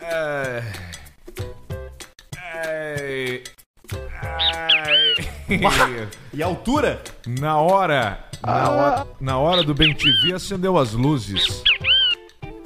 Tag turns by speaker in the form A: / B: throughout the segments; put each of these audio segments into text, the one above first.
A: Ai. Ai. Ai.
B: E a altura?
A: Na hora,
B: Ah.
A: na hora, na hora do Bem TV acendeu as luzes.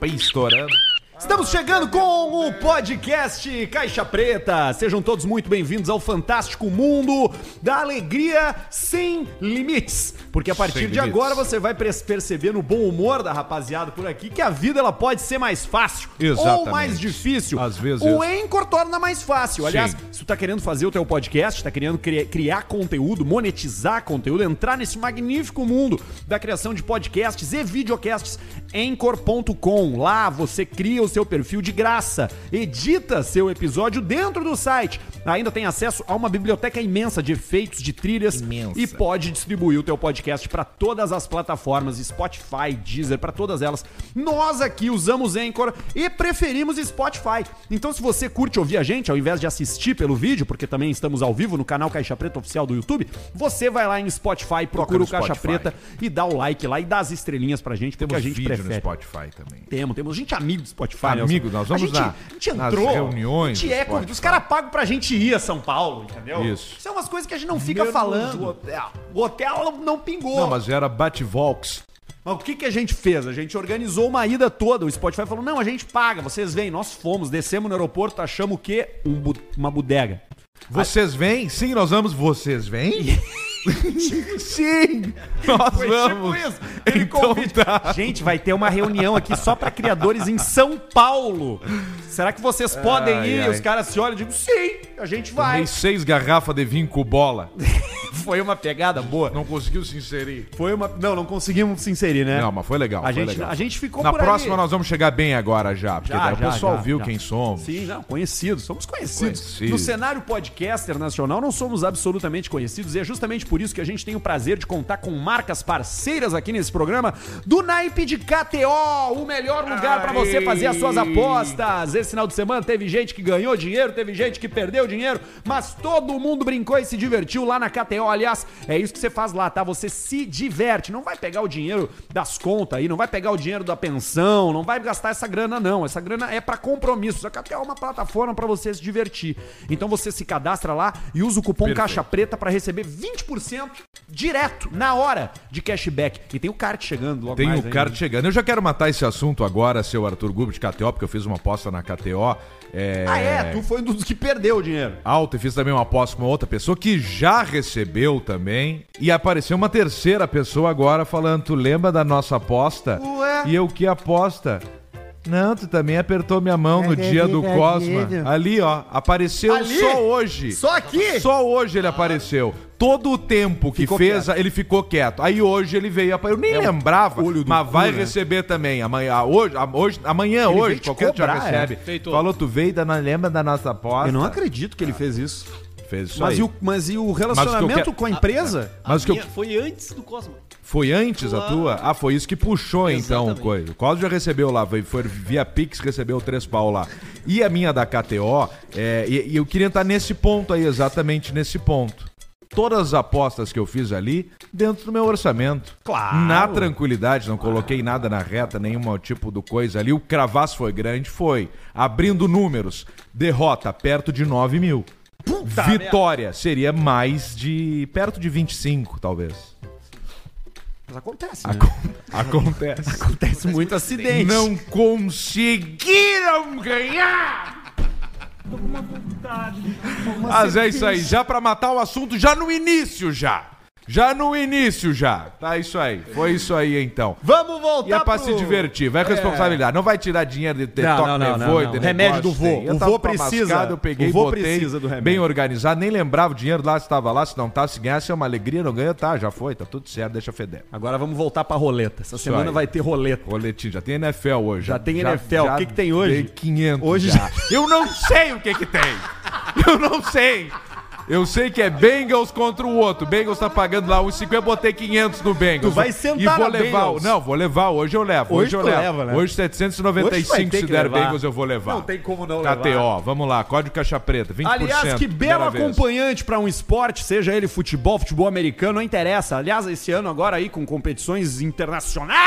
A: Bem estourando.
B: Estamos chegando com o podcast Caixa Preta. Sejam todos muito bem-vindos ao fantástico mundo da alegria sem limites. Porque a partir
A: Sem
B: de
A: limites.
B: agora você vai pres- perceber no bom humor da rapaziada por aqui que a vida ela pode ser mais fácil ou
A: Exatamente.
B: mais difícil.
A: Às vezes.
B: O Anchor torna mais fácil. Aliás,
A: Sim.
B: se tu tá querendo fazer o teu podcast, tá querendo cri- criar conteúdo, monetizar conteúdo, entrar nesse magnífico mundo da criação de podcasts e videocasts, Anchor.com. Lá você cria o seu perfil de graça, edita seu episódio dentro do site. Ainda tem acesso a uma biblioteca imensa de efeitos, de trilhas
A: Imensa.
B: e pode distribuir o teu podcast para todas as plataformas, Spotify, Deezer, para todas elas. Nós aqui usamos Anchor e preferimos Spotify. Então, se você curte ouvir a gente, ao invés de assistir pelo vídeo, porque também estamos ao vivo no canal Caixa Preta Oficial do YouTube, você vai lá em Spotify, procura
A: no
B: o Caixa
A: Spotify.
B: Preta e dá o like lá e dá as estrelinhas pra gente, porque
A: Temos
B: a gente
A: vídeo no
B: prefere.
A: Spotify também.
B: Temos, temos. A gente é amigo do Spotify.
A: Amigo,
B: Nelson.
A: nós
B: a
A: vamos
B: gente,
A: na-
B: a gente
A: nas
B: entrou.
A: reuniões
B: A gente é,
A: do Spotify.
B: os caras pagam pra gente ir a São Paulo, entendeu?
A: Isso.
B: São umas coisas que a gente não fica
A: Menos
B: falando.
A: o
B: hotel. O hotel não- não pingou.
A: Não,
B: mas...
A: mas era Batvox.
B: o que, que a gente fez? A gente organizou uma ida toda. O Spotify falou: não, a gente paga, vocês vêm. Nós fomos, descemos no aeroporto, achamos o quê? Um bu- uma bodega.
A: Vocês vêm? Sim, nós vamos. Vocês vêm? Sim! Nós
B: Foi
A: vamos.
B: tipo isso. Ele
A: Então
B: convida.
A: tá.
B: Gente, vai ter uma reunião aqui só pra criadores em São Paulo. Será que vocês podem
A: Ai,
B: ir?
A: ai.
B: Os caras se olham e dizem: sim, a gente vai.
A: Tomei seis garrafas de vinho com bola.
B: Foi uma pegada boa.
A: Não conseguiu se inserir.
B: Foi uma. Não, não conseguimos se inserir, né?
A: Não, mas foi legal.
B: a,
A: foi
B: gente,
A: legal.
B: a gente ficou
A: Na
B: por ali.
A: próxima nós vamos chegar bem agora já. Porque
B: Já,
A: daí
B: já,
A: o pessoal
B: já,
A: viu
B: já.
A: quem somos.
B: Sim, não, conhecidos, somos conhecidos.
A: Conhecidos.
B: No cenário podcaster nacional, não somos absolutamente conhecidos e é justamente por isso que a gente tem o prazer de contar com marcas parceiras aqui nesse programa do naipe de KTO, o melhor lugar pra você
A: Aí.
B: fazer as suas apostas. Esse final de semana teve gente que ganhou dinheiro, teve gente que perdeu dinheiro, mas todo mundo brincou e se divertiu lá na KTO. Aliás, é isso que você faz lá, tá? Você se diverte, não vai pegar o dinheiro das contas aí, não vai pegar o dinheiro da pensão, não vai gastar essa grana não. Essa grana é pra compromissos. A KTO é uma plataforma pra você se divertir. Então você se cadastra lá e usa o cupom
A: Perfeito.
B: Caixa Preta pra receber 20% direto na hora de cashback. E tem o kart chegando logo
A: Tem
B: mais
A: o
B: ainda.
A: kart chegando. Eu já quero matar esse assunto agora, seu Arthur Gubbi de KTO, porque eu fiz uma aposta na KTO. É...
B: Ah, é, tu foi um dos que perdeu o dinheiro.
A: Alta e fiz também uma aposta com uma outra pessoa que já recebeu também. E apareceu uma terceira pessoa agora falando: Tu lembra da nossa aposta?
B: Ué?
A: E eu que aposta? Não, tu também apertou minha mão no dia do Cosma. Ali, ó, apareceu
B: Ali?
A: só hoje.
B: Só aqui?
A: Só hoje ele apareceu. Todo o tempo que
B: Ficou
A: fez, ele ficou quieto. Aí hoje ele veio, apa- eu nem lembrava,
B: olho do
A: mas
B: cu,
A: vai
B: né?
A: receber também. Amanhã, ah, hoje, ah, hoje, amanhã,
B: Ele veio
A: hoje,
B: te
A: qualquer dia
B: cobrar, é.
A: recebe. Falou, tu veio, da, lembra da nossa aposta?
B: Eu não acredito que ele fez Ah. isso.
A: Fez isso
B: Mas
A: aí.
B: e, o, mas e o
A: Mas o
B: relacionamento
A: que eu
B: com a empresa?
A: Mas o que eu-
C: Foi antes do Cosmo.
A: Foi antes a
C: Claro.
A: tua? Ah, foi isso que puxou então o
C: Exatamente.
A: coisa. O Cosmo já recebeu lá, foi, foi via Pix, recebeu três pau lá. E a minha da KTO, é, e, e eu queria entrar nesse ponto aí, exatamente nesse ponto. Todas as apostas que eu fiz ali, dentro do meu orçamento.
B: Claro.
A: Na tranquilidade, não coloquei nada na reta, nenhum tipo do coisa ali. O cravaço foi grande, foi. Abrindo números, derrota perto de 9 mil. Vitória seria mais de. perto de 25, talvez.
B: Mas acontece. né?
A: Acon- É. Acontece.
B: Acontece muito acidente.
A: Não conseguiram ganhar! Mas é isso aí, já pra matar o assunto, já no início já. Já no início já. Tá isso aí. Foi isso aí então.
B: Vamos voltar
A: E é pra
B: pro- É.
A: se divertir, vai com responsabilidade. Não vai tirar dinheiro de ter
B: Não, não, não,
A: de
B: não, não. Remédio do vô.
A: Eu
B: O
A: tava
B: vô
A: pra
B: precisa.
A: mascada, eu peguei,
B: O vô
A: botei,
B: precisa do remédio.
A: Bem organizado, nem lembrava o dinheiro lá, se tava lá, se não tá, se ganhasse é uma alegria, não ganha, tá, já foi, tá tudo certo, deixa feder.
B: Agora vamos voltar pra roleta. Essa semana
A: aí.
B: vai ter roleta.
A: Roletinho, já tem NFL hoje.
B: Já tem NFL. O que que tem hoje?
A: dei 500
B: Hoje
A: já. Eu não sei o que que tem. Eu não sei. Eu sei que é Bengals contra o outro. Bengals tá pagando lá 1,50, eu botei 500 no Bengals.
B: Tu vai sentar
A: e vou
B: na
A: levar.
B: Bengals.
A: Não, vou levar. Hoje eu levo. Hoje,
B: Hoje
A: eu
B: tu
A: levo.
B: leva, né?
A: Hoje
B: Hoje vai
A: 795,
B: ter
A: se
B: que
A: der
B: levar. Tá
A: Bengals eu vou levar.
B: Não tem como não
A: KTO,
B: levar.
A: vamos lá. Código Caixa Preta, 20%.
B: Aliás, que belo
A: primeira vez.
B: acompanhante pra um esporte, seja ele futebol, futebol americano, não interessa. Aliás, esse ano agora aí com competições internacionais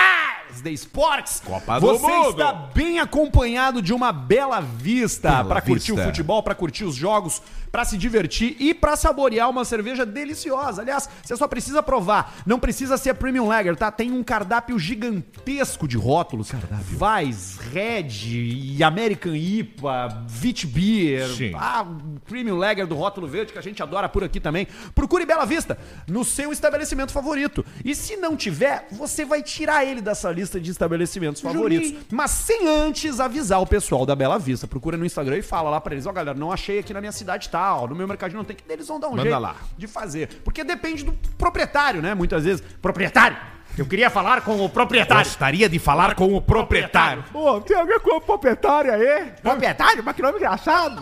B: Tardes de Esportes.
A: Copa do
B: Você
A: Mundo.
B: está bem acompanhado de uma bela vista
A: Bela
B: para curtir o
A: vista.
B: futebol, para curtir os jogos, para se divertir e para saborear uma cerveja deliciosa. Aliás, você só precisa provar. Não precisa ser Premium Lager, tá? Tem um cardápio gigantesco de rótulos. Cardápio. Vais, Red, e American IPA, Vitbeer,
A: Sim.
B: ah, o Premium Lager do rótulo verde que a gente adora por aqui também. Procure Bela Vista no seu estabelecimento favorito. E se não tiver, você vai tirar ele dessa lista de estabelecimentos favoritos. Mas sem antes avisar o pessoal da Bela Vista. Procura no Instagram e fala lá pra eles: ó, galera, não achei aqui na minha cidade tal, no meu mercadinho não tem. que Eles vão dar um
A: Manda
B: jeito
A: lá.
B: de fazer. Porque depende do proprietário, né? Muitas vezes. Proprietário! Eu queria falar com o proprietário.
A: Gostaria de falar com o proprietário.
C: Ô, tem alguém com o proprietário aí? Proprietário? Mas que nome engraçado.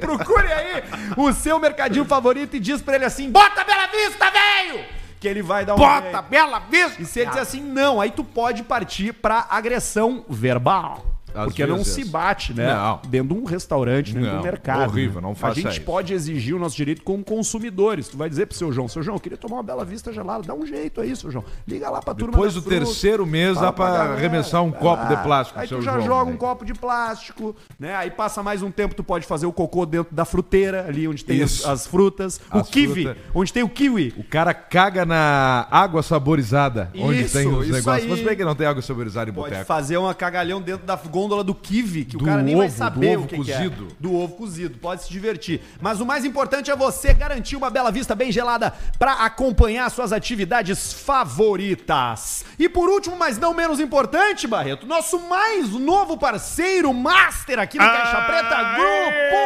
B: Procure aí o seu mercadinho favorito e diz pra ele assim: bota Bela Vista, velho! Que ele vai dar um.
C: Bota,
B: jeito.
C: bela vista.
B: E se ele disser assim, não, aí tu pode partir pra agressão verbal.
A: Às
B: porque não
A: vezes. é.
B: se bate, né?
A: Não.
B: Dentro de um restaurante, dentro de um
A: Não,
B: mercado.
A: horrível, não faça
B: A gente
A: isso.
B: pode exigir o nosso direito como consumidores. Tu vai dizer pro seu João, seu João, eu queria tomar uma bela vista gelada. Dá um jeito aí, seu João. Liga lá pra turma
A: Depois
B: da
A: do
B: fruta,
A: terceiro mês
B: fala
A: dá pra
B: galera,
A: arremessar um
B: vai
A: copo
B: lá.
A: de plástico,
B: Aí
A: seu
B: tu já
A: João,
B: joga um
A: né?
B: copo de plástico, né? Aí passa mais um tempo, tu pode fazer o cocô dentro da fruteira, ali onde tem as,
A: Isso.
B: as frutas.
A: As
B: o kiwi,
A: frutas.
B: onde tem o kiwi.
A: O cara caga na água saborizada, onde
B: Isso,
A: tem os
B: isso
A: negócios.
B: aí.
A: Mas por que não tem água saborizada em
B: Pode
A: boteco?
B: fazer uma cagalhão dentro da gôndola do kiwi, que o
A: Do
B: cara nem vai
A: ovo, do
B: saber
A: ovo
B: o que, que é.
A: cozido.
B: Do ovo cozido, pode se divertir. Mas o mais importante é você garantir uma bela vista bem gelada pra acompanhar suas atividades favoritas. E por último, mas não menos importante, Barreto, nosso mais novo parceiro master aqui no Caixa Preta Grupo.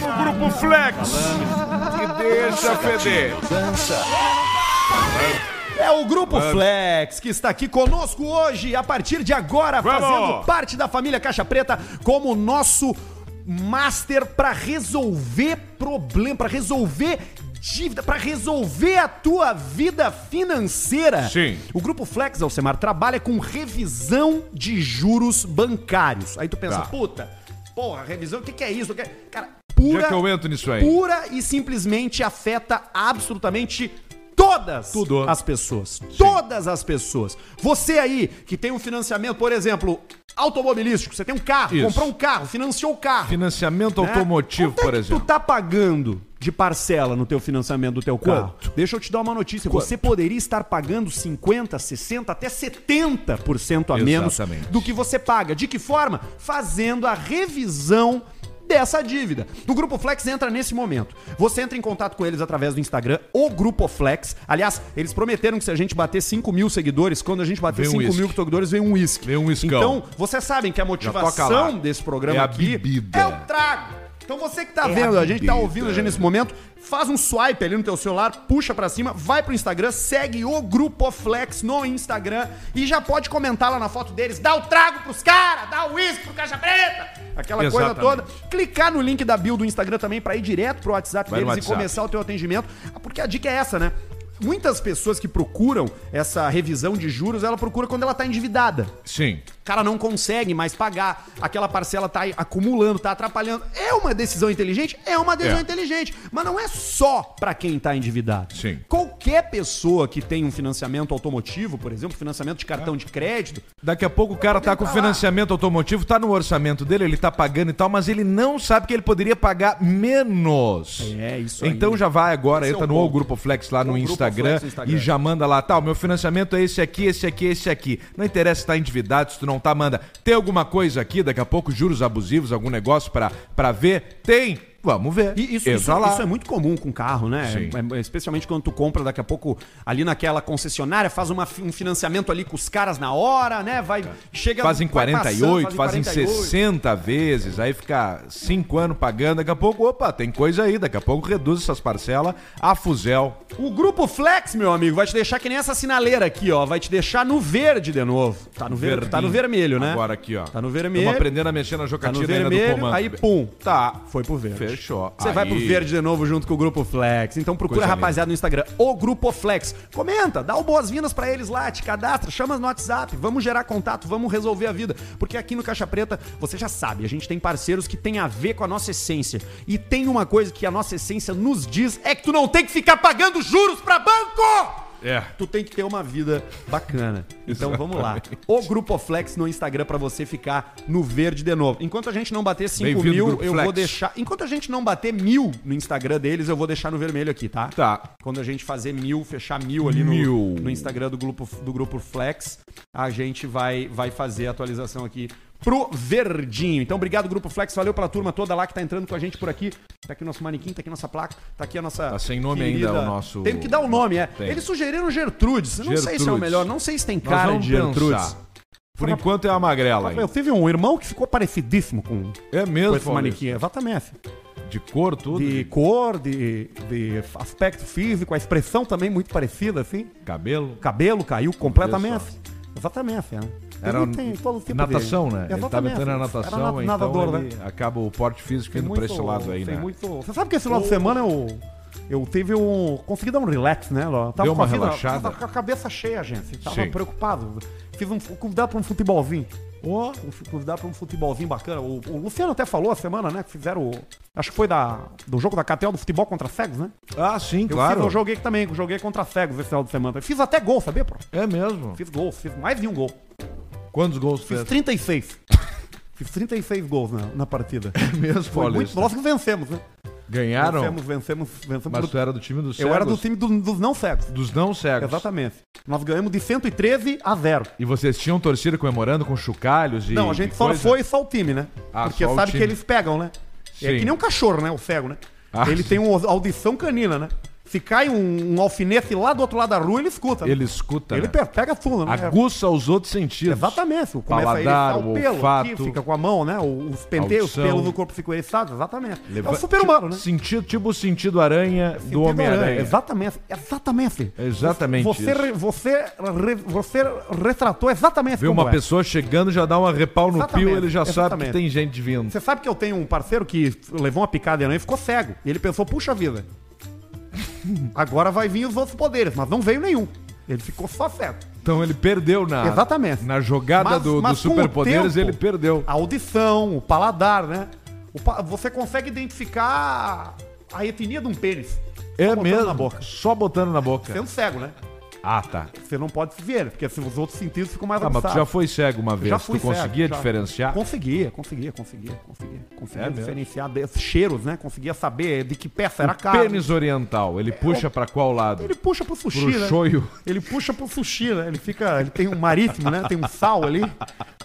A: Vamos, Grupo Flex! E deixa feder.
B: É o Grupo Flex que está aqui conosco hoje, a partir de agora,
A: Vamos!
B: fazendo parte da família Caixa Preta como nosso master para resolver problema, para resolver dívida, para resolver a tua vida financeira.
A: Sim.
B: O Grupo Flex, Alcemar, trabalha com revisão de juros bancários. Aí tu pensa,
A: Tá.
B: puta, porra, revisão, o que, que é isso? O que é- Cara, pura...
A: Onde é que eu entro nisso aí?
B: Pura e simplesmente afeta absolutamente todas
A: Tudo.
B: as pessoas. Todas as pessoas. Você aí que tem um financiamento, por exemplo, automobilístico, você tem um carro,
A: Isso.
B: comprou um carro, financiou o carro.
A: Financiamento
B: né?
A: automotivo,
B: Quanto é
A: por
B: que
A: exemplo.
B: Tu tá pagando de parcela no teu financiamento do teu carro. Deixa eu te dar uma notícia. Você poderia estar pagando 50, 60, até 70% a menos
A: Exatamente.
B: do que você paga. De que forma? Fazendo a revisão dessa dívida. O Grupo Flex entra nesse momento. Você entra em contato com eles através do Instagram, o Grupo Flex. Aliás, eles prometeram que se a gente bater 5 mil seguidores, quando a gente bater
A: Vem um
B: 5 mil
A: uísque.
B: seguidores, vem um uísque.
A: Vem um uiscão.
B: Então, vocês sabem que a
A: lá.
B: motivação desse programa
A: É a
B: aqui
A: bebida.
B: é o trago. Então você que tá
A: É
B: vendo,
A: a
B: a gente tá
A: bebida.
B: ouvindo a gente nesse momento, faz um swipe ali no teu celular, puxa pra cima, vai pro Instagram, segue o Grupo Flex no Instagram e já pode comentar lá na foto deles, dá o trago pros caras, dá o uísque pro Caixa Preta, aquela
A: Exatamente.
B: coisa toda. Clicar no link da bio do Instagram também pra ir direto pro WhatsApp
A: Vai no
B: deles e
A: WhatsApp.
B: começar o teu atendimento, porque a dica é essa, né? Muitas pessoas que procuram essa revisão de juros, ela procura quando ela tá endividada.
A: Sim.
B: O cara não consegue mais pagar, aquela parcela tá acumulando, tá atrapalhando. É uma decisão inteligente? É uma decisão
A: É.
B: inteligente, mas não é só pra quem tá endividado.
A: Sim.
B: Qualquer pessoa que tem um financiamento automotivo, por exemplo, financiamento de cartão de crédito,
A: Daqui a pouco o cara tá com financiamento automotivo, tá no orçamento dele, ele tá pagando e tal, mas ele não sabe que ele poderia pagar menos.
B: É, isso aí.
A: Então já vai agora,
B: Esse é
A: entra
B: o
A: no
B: ponto.
A: Grupo Flex lá no
B: Grupo
A: Instagram,
B: Flex no Instagram.
A: e já manda lá, tá, o meu financiamento é esse aqui, esse aqui, esse aqui. Não interessa se tá endividado, se tu não tá, manda. Tem alguma coisa aqui, daqui a pouco juros abusivos, algum negócio pra, pra ver? Tem! Vamos ver.
B: E isso,
A: Entra
B: isso,
A: lá.
B: isso é muito comum com carro, né?
A: Sim.
B: É- é- especialmente quando tu compra daqui a pouco ali naquela concessionária, faz uma fi- um financiamento ali com os caras na hora, né? Vai,
A: É.
B: chega,
A: Fazem
B: vai passando,
A: 48,
B: em
A: fazem 60 vezes, aí fica 5 anos pagando, daqui a pouco, opa, tem coisa aí, daqui a pouco reduz essas parcelas a fuzel.
B: O grupo Flex, meu amigo, vai te deixar que nem essa sinaleira aqui, ó. Vai te deixar no verde de novo. Tá no, ver...
A: Verdinho.
B: tá no vermelho, né?
A: Agora aqui, ó.
B: Tá no vermelho.
A: Estamos aprendendo a mexer na
B: Tá no
A: jocatina ainda do
B: vermelho,
A: comando.
B: aí pum.
A: Tá.
B: Foi pro
A: Fechou.
B: verde. Você vai
A: Aí.
B: pro verde de novo junto com o Grupo Flex. Então procura,
A: Coisa
B: rapaziada, no Instagram, o Grupo Flex. Comenta, dá o boas-vindas pra eles lá, te cadastra, chama no WhatsApp, vamos gerar contato, vamos resolver a vida. Porque aqui no Caixa Preta, você já sabe, a gente tem parceiros que tem a ver com a nossa essência. E tem uma coisa que a nossa essência nos diz, é que tu não tem que ficar pagando juros pra banco!
A: É.
B: tu tem que ter uma vida bacana. Então vamos lá. O Grupo Flex no Instagram pra você ficar no verde de novo. Enquanto a gente não bater 5
A: Bem-vindo,
B: mil,
A: Grupo
B: eu
A: Flex.
B: vou deixar. Enquanto a gente não bater mil no Instagram deles, eu vou deixar no vermelho aqui, tá?
A: Tá.
B: Quando a gente fazer mil, fechar mil ali
A: Mil.
B: No, no Instagram do grupo, do grupo Flex, a gente vai, vai fazer a atualização aqui pro Verdinho. Então, obrigado, Grupo Flex. Valeu pela turma toda lá que tá entrando com a gente por aqui. Tá aqui o nosso manequim, tá aqui a nossa placa, tá aqui a nossa.
A: Tá sem nome ainda o nosso-
B: Tem que dar o nome, é.
A: Tem.
B: Eles sugeriram Gertrudes. Eu Não sei se é o
A: Gertrudes.
B: melhor, não sei se tem
A: Nós
B: cara
A: vamos
B: de Gertrudes.
A: pensar. Por enquanto é a magrela aí.
B: Eu tive um irmão que ficou parecidíssimo com,
A: É
B: com
A: mesmo,
B: esse manequim. Exatamente.
A: Maurício? De cor, tudo.
B: De
A: De
B: cor, de, de aspecto físico, a expressão também muito parecida, assim.
A: cabelo.
B: O cabelo caiu completamente. Exatamente. Né?
A: Era
B: Ele todo tipo
A: natação,
B: de-
A: né? Ele tava
B: Exatamente.
A: entrando na
B: assim, Era
A: natação,
B: na-
A: então
B: nadador, né?
A: ele acaba o porte físico
B: Tem
A: indo pra esse lado aí,
B: tem
A: né?
B: muito- Você sabe que esse final de semana eu, eu tive um. Consegui dar um relax, né, Ló? Tava
A: Deu
B: com a
A: uma
B: vida-
A: relaxada.
B: Tava com a cabeça cheia, gente. Tava
A: Sim.
B: preocupado. Fiz um. Convidar pra um futebolzinho.
A: Ó,
B: Um- Convidar pra um futebolzinho bacana. O, o Luciano até falou a semana, né? Que fizeram. o- Acho que foi da, do jogo da KTO do futebol contra cegos, né?
A: Ah, sim,
B: Eu,
A: claro.
B: fiz, eu joguei aqui também, joguei contra cegos esse final de semana. Fiz até gol, sabia, pô?
A: É mesmo.
B: Fiz gol, fiz mais de um gol.
A: Quantos gols tu
B: Fiz
A: fez?
B: 36. Fiz 36 gols na, na partida.
A: mesmo,
B: Foi muito,
A: Paulista.
B: nós que vencemos, né?
A: Ganharam?
B: Vencemos, vencemos, vencemos.
A: Mas
B: por-
A: tu era do time dos
B: Eu
A: cegos?
B: era do time do- dos não cegos.
A: dos não cegos.
B: Exatamente. Nós ganhamos de 113 a 0.
A: E vocês tinham torcida comemorando com chocalhos e.
B: Não, a gente só
A: coisa?
B: foi só o time, né?
A: Ah,
B: Porque
A: só o
B: sabe que
A: time.
B: eles pegam, né? É
A: Sim.
B: que nem um cachorro, né? O cego, né?
A: Ah,
B: ele
A: sim.
B: tem uma audição canina, né? Se cai um, um alfinete lá do outro lado da rua, ele escuta. né?
A: Ele escuta.
B: Ele
A: né?
B: pe- pega fundo, né? É-
A: Aguça os outros sentidos.
B: Exatamente. a
A: Paladar,
B: eriçar
A: o
B: aqui,
A: olfato.
B: fica com a mão, né? O- Os penteios, os
A: Audição.
B: pelos do corpo ficam eriçados. Exatamente.
A: Leva-
B: É um super humano,
A: ti-
B: né? É,
A: Sentido, tipo o sentido aranha
B: Sentido
A: do Homem-Aranha.
B: aranha. Exatamente. Exatamente.
A: Exatamente
B: Você,
A: isso.
B: re- você, re- você retratou exatamente
A: Vê uma
B: é.
A: pessoa chegando, já dá uma repau no
B: Exatamente,
A: pio, ele já sabe que
B: exatamente.
A: tem gente vindo.
B: Você sabe que eu tenho um parceiro que levou uma picada de aranha e ficou cego. E ele pensou, puxa vida, agora vai vir os outros poderes. Mas não veio nenhum. Ele ficou só cego.
A: Então ele perdeu na,
B: Exatamente.
A: na jogada
B: Mas-
A: do,
B: mas
A: dos
B: com o
A: superpoderes,
B: tempo-
A: ele perdeu.
B: a audição, o paladar, né? O pa- Você consegue identificar a etnia de um pênis.
A: É
B: botando
A: mesmo?
B: na boca.
A: Só botando na boca.
B: Sendo cego, né?
A: Ah, tá.
B: Você não pode se ver, porque assim, os outros sentidos ficam mais
A: Ah, mas tu já foi cego uma vez.
B: Já fui
A: tu conseguia
B: cego, já.
A: diferenciar?
B: Conseguia, conseguia, conseguia, conseguia. Conseguia
A: É mesmo? Um
B: diferenciar de- cheiros, né? Conseguia saber de que peça era a carne.
A: Pênis oriental, ele puxa pra qual lado?
B: Ele puxa pro sushi,
A: Pro
B: né?
A: shoyu.
B: Ele puxa pro sushi, né? Ele fica. Ele tem um marítimo, né? Tem um sal ali.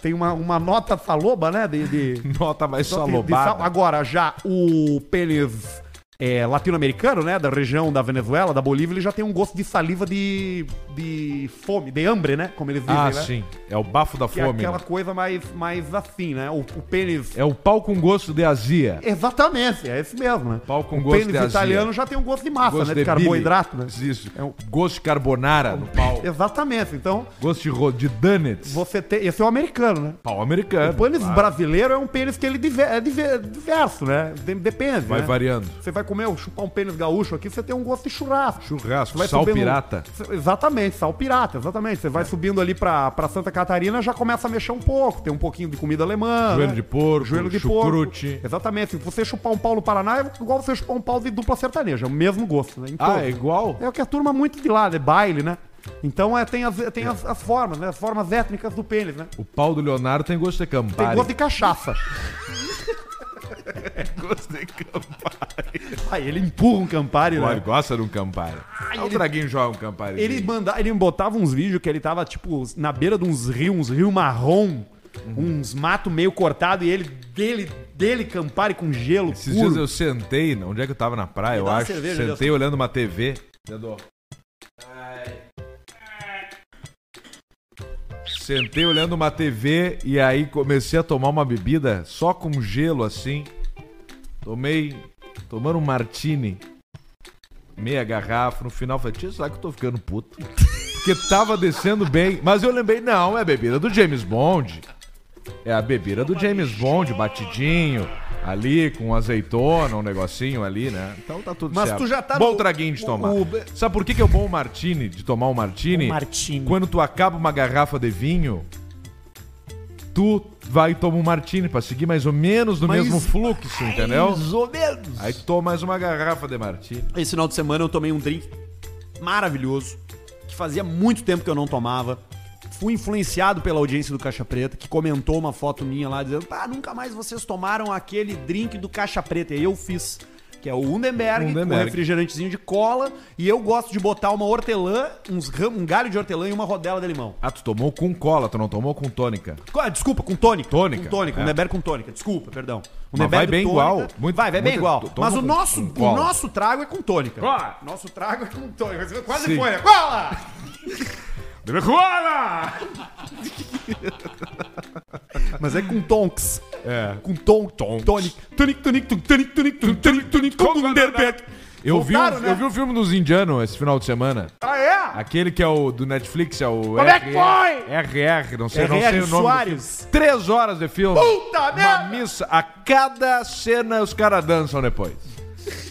B: Tem uma, uma nota faloba, né? De, de-
A: Nota mais
B: Só que de sal-
A: salobada.
B: Agora, já o pênis é, latino-americano, né? Da região da Venezuela, da Bolívia, ele já tem um gosto de saliva de, de fome, de hambre, né? Como eles dizem,
A: Ah,
B: né?
A: sim. É o bafo da
B: Que é
A: fome.
B: aquela
A: né?
B: coisa mais, mais assim, né? O, o pênis...
A: É o pau com gosto de azia.
B: Exatamente, é esse mesmo, né?
A: Pau com
B: o
A: gosto de
B: pênis
A: azia.
B: italiano já tem um gosto de massa,
A: Gosto
B: né? De
A: bile.
B: carboidrato, né?
A: Isso.
B: É um- É
A: Gosto de carbonara no pau.
B: Exatamente, então
A: Gosto de, ro- de donuts.
B: você tem... Esse é o americano, né?
A: Pau
B: O
A: americano.
B: pênis
A: claro.
B: brasileiro é um pênis que ele diver- é diver- diverso, né? De- Depende,
A: Vai
B: né?
A: variando.
B: Você vai comer, chupar um pênis gaúcho aqui, você tem um gosto de churrasco.
A: Churrasco,
B: Você vai
A: sal
B: subindo-
A: pirata. É.
B: Exatamente, sal pirata, exatamente. Você vai subindo ali pra, pra Santa Catarina, já começa a mexer um pouco. Tem um pouquinho de comida alemã. né?
A: Joelho de porco,
B: joelho de
A: chucrute.
B: porco. É Exatamente. Se você chupar um pau no Paraná, é igual você chupar um pau de dupla sertaneja. É o mesmo gosto, né? Em
A: Ah,
B: todos.
A: é igual?
B: É o que a turma muito de lá, é baile, né? Então é, tem, as, tem as, as formas, né? As formas étnicas do pênis, né?
A: O pau do Leonardo tem gosto de
B: Tem
A: campari.
B: gosto de cachaça.
A: gosto de campari.
B: Aí ele empurra um Campari,
A: Ele
B: né?
A: gosta de um campari. Ah, o
B: ele-
A: Draguinho joga um campari.
B: Ele, manda, ele botava uns vídeos que ele tava, tipo, na beira de uns rios, uns rios marrom, uns mato meio cortado, e ele, dele, dele Campari com gelo
A: Esses
B: puro.
A: dias eu sentei, onde é que eu tava na praia, eu
B: dá uma
A: acho.
B: cerveja,
A: sentei olhando uma TV. Dedo. Sentei olhando uma TV e aí comecei a tomar uma bebida só com gelo assim. Tomei. Tomando um martini. Meia garrafa, no final falei, tio, será que eu tô ficando puto? Porque tava descendo bem, mas eu lembrei, não, é a bebida do James Bond. É a bebida do James Bond, batidinho, ali com azeitona, um negocinho ali, né? Então tá tudo
B: Mas
A: certo.
B: tu já tá
A: Bom
B: no-
A: traguinho de
B: o-
A: tomar.
B: o-
A: Sabe por que, que é bom o martini, de tomar um martini?
B: O martini.
A: Quando tu acaba uma garrafa de vinho, tu vai e toma um martini pra seguir mais ou menos no
B: Mas- é
A: mesmo fluxo, entendeu?
B: ou menos.
A: Aí tu toma mais uma garrafa de martini.
B: Esse final de semana eu tomei um drink maravilhoso que fazia muito tempo que eu não tomava. Fui influenciado pela audiência do Caixa Preta, que comentou uma foto minha lá dizendo: ah, nunca mais vocês tomaram aquele drink do Caixa Preta. E aí eu fiz. Que é o Undenberg, com
A: Undenberg.
B: refrigerantezinho de cola. E eu gosto de botar uma hortelã, uns ram- um galho de hortelã e uma rodela de limão.
A: Ah, tu tomou com cola, tu não tomou com tônica.
B: Co- Ah, Desculpa, com tônica.
A: Tônica,
B: Com tônica,
A: é.
B: um Neber com tônica. Desculpa, perdão. Um
A: Mas
B: Neber
A: vai
B: do
A: bem igual. Muito-
B: vai, vai bem
A: muito-
B: igual.
A: to- toma
B: Mas o
A: com-
B: nosso,
A: com
B: o
A: cola.
B: nosso trago é com tônica.
A: Cola.
B: Nosso trago é com tônica. Quase
A: Sim.
B: foi, né? Cola!
A: Cola!
B: Mas é com tonks.
A: É.
B: Com ton, tonic, tonic, tonic, tonic, tonic, tonic, tonic, tonic, com Underbeck.
A: Eu vi,
B: Voltaram,
A: um,
B: né?
A: eu vi um filme dos indianos esse final de semana.
B: Ah, é?
A: Aquele que é o do Netflix, é o. Como
B: é que foi?
A: RR, não sei, não
B: RR
A: sei o nome.
B: Soares.
A: do filme. Três horas de filme.
B: Puta
A: Uma
B: merda!
A: missa. A cada cena os caras dançam depois.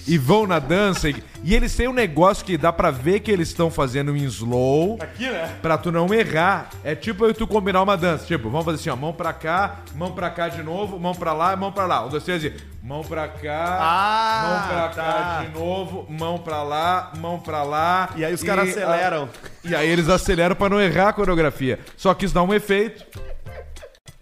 A: E vão na dança. E, e eles têm um negócio que dá pra ver que eles estão fazendo em slow.
B: Aqui, né?
A: Pra tu não errar. É tipo eu e tu combinar uma dança. Tipo, vamos fazer assim, ó. Mão pra cá, mão pra cá de novo, mão pra lá, mão pra lá. Um, dois, três e... Mão pra cá,
B: Ah,
A: mão pra
B: tá.
A: cá de novo, mão pra lá, mão pra lá.
B: E aí os caras
A: ah,
B: aceleram.
A: E aí eles aceleram pra não errar a coreografia. Só que isso dá um efeito.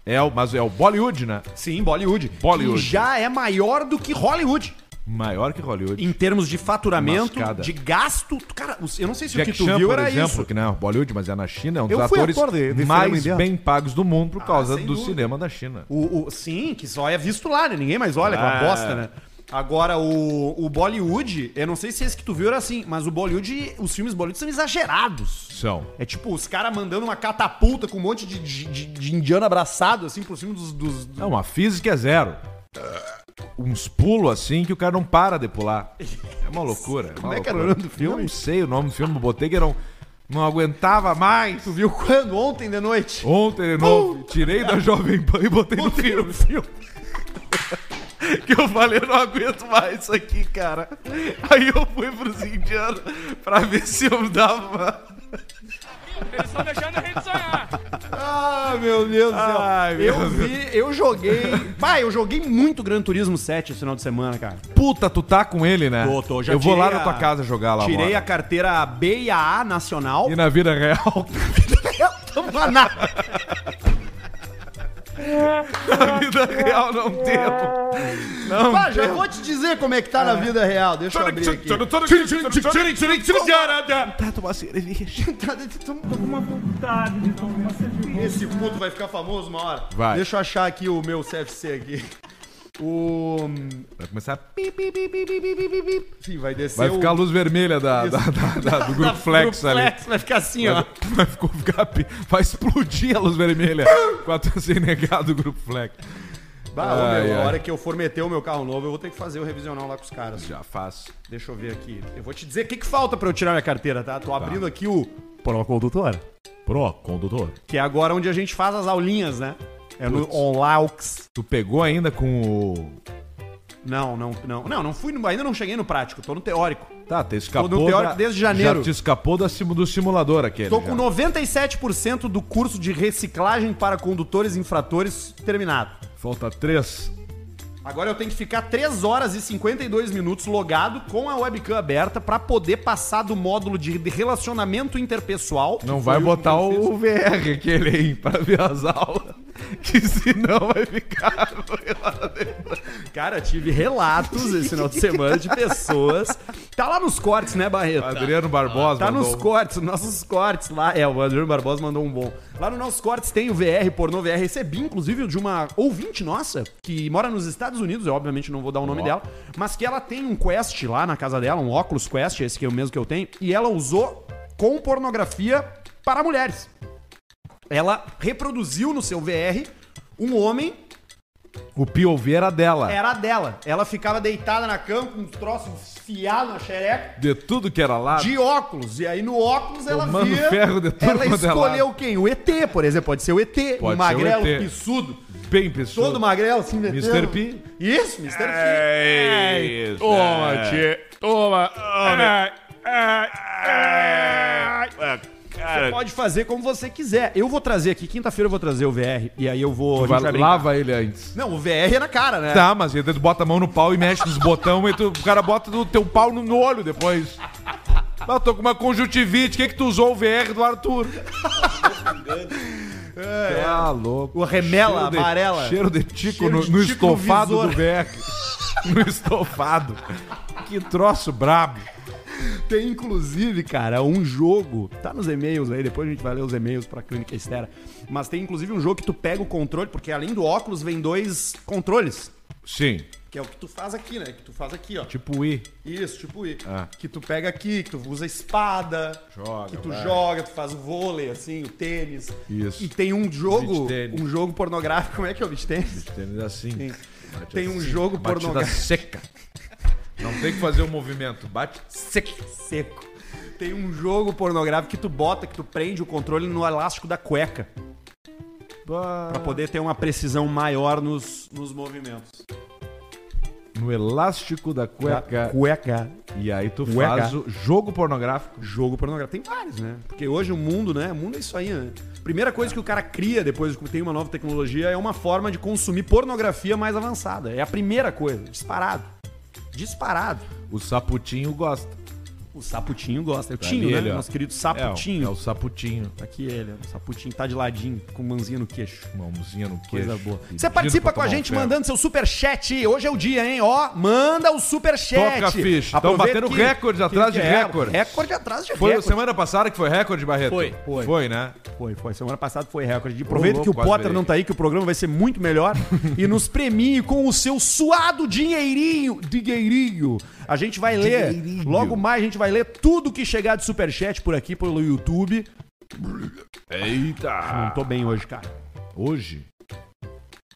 A: É o, mas é o Bollywood, né?
B: Sim, Bollywood.
A: Bollywood.
B: Que já é maior do que Hollywood.
A: Maior que Hollywood.
B: Em termos de faturamento,
A: Mascada.
B: de gasto. Cara, eu não sei se o
A: Jack
B: que tu
A: Chan,
B: viu
A: por
B: era
A: exemplo,
B: isso.
A: que não é Bollywood, mas é na China, é um dos
B: Eu fui
A: atores
B: ator de- de cinema
A: mais
B: indiano. Ah,
A: bem pagos do mundo por causa
B: sem
A: do
B: dúvida.
A: cinema da China.
B: O, o- sim, que só é visto lá, né? Ninguém mais olha, aquela
A: Ah.
B: bosta, né? Agora, o, o Bollywood, eu não sei se esse que tu viu era assim, mas o Bollywood, os filmes Bollywood são exagerados.
A: São.
B: É tipo os caras mandando uma catapulta com um monte de, de, de- de indiano abraçado, assim, por cima dos. dos- dos-
A: Não, a física é zero. Uns pulos assim que o cara não para de pular. É uma loucura. uma
B: Como é que
A: loucura.
B: era o nome do filme?
A: Não sei o nome do filme, botei que não, não aguentava mais.
B: Tu viu quando? Ontem de noite.
A: Ontem de novo, tirei da Jovem Pan e botei no filme. que eu falei, eu não aguento mais isso aqui, cara. Aí eu fui pros indianos pra ver se eu dava.
D: Eles estão deixando a gente sonhar.
B: Ah, meu Deus do céu.
A: Ai, meu
B: eu vi, eu joguei. Pai, eu joguei muito Gran Turismo 7 esse final de semana, cara.
A: Puta, tu tá com ele, né?
B: Tô, tô, já
A: eu vou lá
B: tirei
A: na tua
B: a-
A: casa jogar lá,
B: Tirei
A: mano.
B: a carteira B e a A nacional.
A: E na vida real,
B: Não dá nada.
A: na vida real não temos. Não
B: Pá, já vou te dizer como é que tá na vida real. Deixa eu abrir aqui. Esse puto vai ficar famoso uma hora.
A: Vai.
B: Deixa eu achar aqui o meu CFC aqui. O.
A: Vai começar. a-
B: Sim, vai descer.
A: Vai ficar a
B: o...
A: luz vermelha da, da- da- da- do grupo Flex
B: Grupo
A: ali.
B: Flex, vai ficar assim, ó.
A: Vai, vai ficar- ficar pi- vai explodir a luz vermelha com a torcida negada do grupo Flex.
B: Bah, ô, meu,
A: Ai,
B: a
A: ai.
B: hora que eu for meter o meu carro novo, eu vou ter que fazer o revisional lá com os caras.
A: Já faço.
B: Deixa eu ver aqui. Eu vou te dizer o que, que falta pra eu tirar minha carteira, tá? Tô abrindo aqui o. Pro condutor.
A: Pro, condutor.
B: Que é agora onde a gente faz as aulinhas, né? É no Onlaux.
A: Tu pegou ainda com o.
B: Não, não, não. Não, não fui, no- ainda não cheguei no prático, tô no teórico.
A: Tá, tu escapou.
B: Tô no teórico
A: da-
B: desde janeiro.
A: Já te escapou da sim- do simulador aquele.
B: Tô
A: já.
B: com 97% do curso de reciclagem para condutores infratores terminado.
A: Falta três.
B: Agora eu tenho que ficar 3 horas e 52 minutos logado com a webcam aberta pra poder passar do módulo de de relacionamento interpessoal. que
A: Não
B: foi
A: vai botar
B: que eu
A: o VR aquele aí pra ver as aulas. Que senão vai ficar.
B: fiz. Cara, tive relatos esse final de semana de pessoas. Tá lá nos cortes, né, Barreto?
A: Adriano Barbosa.
B: Tá
A: mandou
B: nos
A: um.
B: cortes, nos nossos cortes lá. É, o Adriano Barbosa mandou um bom. Lá nos nossos cortes tem o VR, pornô VR. Recebi, é inclusive, de uma ouvinte nossa, que mora nos Estados Unidos, eu obviamente não vou dar o nome dela, mas que ela tem um Quest lá na casa dela, um óculos Quest, esse que é o mesmo que eu tenho, e ela usou com pornografia para mulheres. Ela reproduziu no seu VR um homem
A: O POV era dela.
B: era a dela. Ela ficava deitada na cama com uns troços fiados na xereca.
A: De tudo que era lá.
B: de óculos. E aí no óculos ela
A: Tomando
B: via.
A: ferro de tudo
B: ela
A: quanto é lado.
B: escolheu quem? O ET, por exemplo. Pode ser o ET,
A: Pode
B: um magrelo
A: ser o ET.
B: pissudo.
A: Bem, pessoal.
B: Todo magrelo, assim,
A: Mr.
B: metendo-
A: P.
B: Isso, Mr. P.
A: É isso. Toma, tchê. Toma.
B: Você pode fazer como você quiser. Eu vou trazer aqui, quinta-feira eu vou trazer o VR. E aí eu vou. a gente vai brincar.
A: lava ele antes.
B: Não, o VR é na cara, né?
A: Tá, mas aí tu bota a mão no pau e mexe nos botões e tu- o cara bota o teu pau no, no olho depois. Ah, tô com uma conjuntivite, o que que tu usou o VR do Arthur? Tá louco.
B: É. O remela
A: Cheiro de-
B: amarela.
A: Cheiro de tico
B: Cheiro
A: no,
B: de
A: no
B: tico no
A: estofado
B: visor.
A: do VR. no estofado. Que troço brabo.
B: Tem inclusive, cara, um jogo. Tá nos e-mails aí, depois a gente vai ler os e-mails pra Clínica Estera. Mas tem inclusive um jogo que tu pega o controle, porque além do óculos vem dois controles.
A: Sim,
B: Que é o que tu faz aqui, né? Que tu faz aqui, ó.
A: tipo I.
B: Isso, tipo I.
A: Ah.
B: Que tu pega aqui, que tu usa espada.
A: Joga,
B: Que tu
A: vai.
B: joga, tu faz o vôlei, assim, o tênis.
A: Isso.
B: E tem um jogo,
A: Beach tênis.
B: um jogo pornográfico. Como é que é o beat tênis?
A: Tênis assim.
B: Tem-
A: Batida
B: tem um
A: assim,
B: jogo
A: batida
B: pornográfico.
A: seca. Não tem que fazer o movimento. Bate
B: Seco. Seco. Tem um jogo pornográfico que tu bota, que tu prende o controle no elástico da cueca. Pra poder ter uma precisão maior nos, nos movimentos.
A: no elástico da
B: Tá.
A: cueca.
B: Cueca.
A: E aí tu
B: Cueca.
A: faz o jogo pornográfico.
B: Jogo pornográfico. Tem vários, né? Porque hoje o mundo, né? O mundo é isso aí, né? Primeira coisa que o cara cria depois que tem uma nova tecnologia é uma forma de consumir pornografia mais avançada. É a primeira coisa. Disparado. Disparado.
A: O saputinho gosta.
B: O Saputinho gosta. É o
A: Tá
B: Tinho,
A: ali
B: né?
A: ele, ó.
B: Nosso querido
A: É,
B: Saputinho.
A: É, o saputinho.
B: Aqui ele, ó. o Saputinho tá de ladinho, com manzinha no queixo.
A: Mãozinha no queixo.
B: Coisa boa.
A: Pedindo
B: Você participa
A: pra
B: com a
A: tomar um
B: gente
A: ferro.
B: mandando seu superchat. Hoje é o dia, hein? Ó, manda o superchat.
A: Toca, ficha. Tão
B: Aproveita
A: batendo recordes atrás de
B: é,
A: recordes.
B: Recorde atrás de
A: Foi a
B: recorde.
A: semana passada que foi recorde, Barreto?
D: Foi,
B: foi.
A: Foi, né?
B: Foi, foi. Semana passada foi recorde. Aproveita
A: louco,
B: que o
A: quase
B: Potter
A: virei.
B: não tá aí, que o programa vai ser muito melhor. e nos premie com o seu suado dinheirinho. Dinheirinho. A gente vai ler. Logo mais a gente vai ler tudo que chegar de superchat por aqui, pelo YouTube.
A: Eita!
B: Não tô bem hoje, cara.
A: Hoje?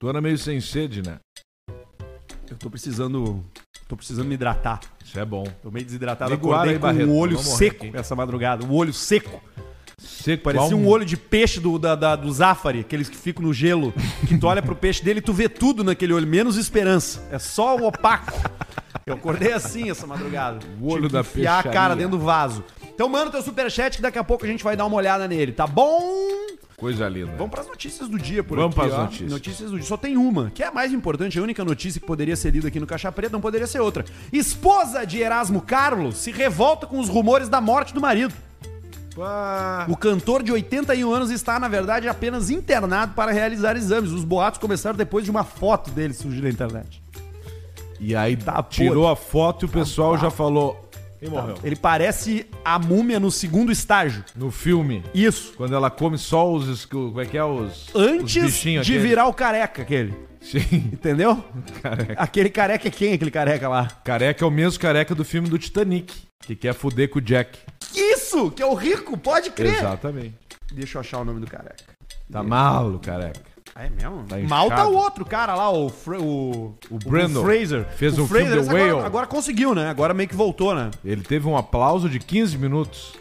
A: Tu anda meio sem sede, né?
B: Eu tô precisando. Tô precisando me hidratar.
A: Isso é bom.
B: Tô meio desidratado,
A: Liga o ar
B: acordei
A: aí,
B: com
A: Barreto,
B: um olho
A: vamos morrer
B: seco
A: aqui.
B: essa madrugada. Um olho seco.
A: Seco,
B: Parecia
A: igual
B: um olho de peixe do, da, da- do Zafari, aqueles que ficam no gelo. Que tu olha pro peixe dele e tu vê tudo naquele olho, menos esperança. É só o opaco. Eu acordei assim essa madrugada.
A: O olho
B: Tive que
A: da
B: enfiar a cara
A: peixaria.
B: dentro do vaso. Então manda teu superchat que daqui a pouco a gente vai dar uma olhada nele, tá bom?
A: Coisa linda.
B: Vamos pras notícias do dia, por
A: Vamos
B: aqui.
A: pras
B: ó.
A: notícias.
B: do dia. Só tem uma, que é a mais importante, a única notícia que poderia ser lida aqui no Caixa Preta, não poderia ser outra. Esposa de Erasmo Carlos se revolta com os rumores da morte do marido.
A: Pá.
B: O cantor de 81 anos está, na verdade, apenas internado para realizar exames. Os boatos começaram depois de uma foto dele surgir na internet.
A: E aí
B: Tá
A: tirou a foto e o pessoal já falou. E morreu.
B: Tá. Ele parece a múmia no segundo estágio.
A: No filme,
B: Isso.
A: quando ela come só os. esco- Como é que é? Os. os
B: Antes de
A: bichinhos aqueles.
B: virar o careca aquele.
A: Sim.
B: Entendeu?
A: Careca.
B: Aquele careca é quem, aquele careca lá?
A: Careca é o mesmo careca do filme do Titanic, que quer fuder com o Jack.
B: Isso! Que é o rico, pode crer!
A: Exatamente.
B: Deixa eu achar o nome do careca.
A: Tá malo, careca.
B: Ah, é mesmo?
A: Tá
B: Mal tá
A: inchado.
B: o outro cara lá, o, Fra o,
A: O Brandon.
B: Fraser.
A: Fez um filme
B: esse
A: The
B: agora,
A: Whale.
B: agora conseguiu, né? Agora meio que voltou, né?
A: Ele teve um aplauso de 15 minutos.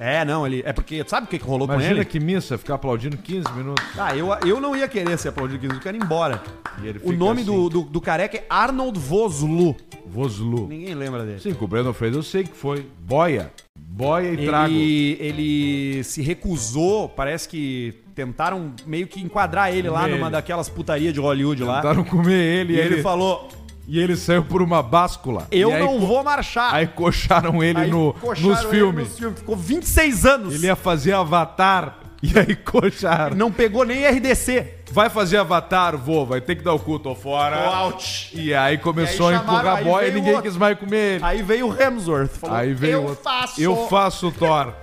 B: É, não, ele. É porque. Sabe o que que rolou com
A: Imagina
B: ele?
A: que missa ficar aplaudindo 15 minutos.
B: Ah, eu, eu não ia querer ser aplaudido, eu quero ir embora.
A: E ele
B: O
A: fica
B: nome
A: assim,
B: do, do, do careca é Arnold Voslu.
A: Voslu.
B: Ninguém lembra dele.
A: Sim, com o Brandon Fraser eu sei que foi. Boia. Boia e trago.
B: Ele, ele se recusou, parece que tentaram meio que enquadrar ele lá
A: Ele.
B: numa daquelas putaria de Hollywood lá.
A: Tentaram comer ele
B: E
A: e,
B: ele,
A: ele,
B: falou:
A: e ele saiu por uma báscula.
B: Eu
A: E aí,
B: não vou marchar.
A: Aí coxaram ele
B: Aí
A: no,
B: coxaram
A: nos
B: ele nos
A: filmes.
B: filmes. Ficou 26 anos.
A: Ele é- ia fazer Avatar e aí coxaram.
B: Não pegou nem RDC.
A: Vai fazer Avatar, vô, vai ter que dar o cu, tô fora.
B: out.
A: E aí começou
B: E aí
A: a empurrar
B: chamaram,
A: a
B: aí
A: boia e
B: veio
A: ninguém
B: outro.
A: quis mais comer ele.
B: Aí veio o Hemsworth. Falou,
A: Aí veio
B: eu
A: outro.
B: faço.
A: Eu faço o Thor.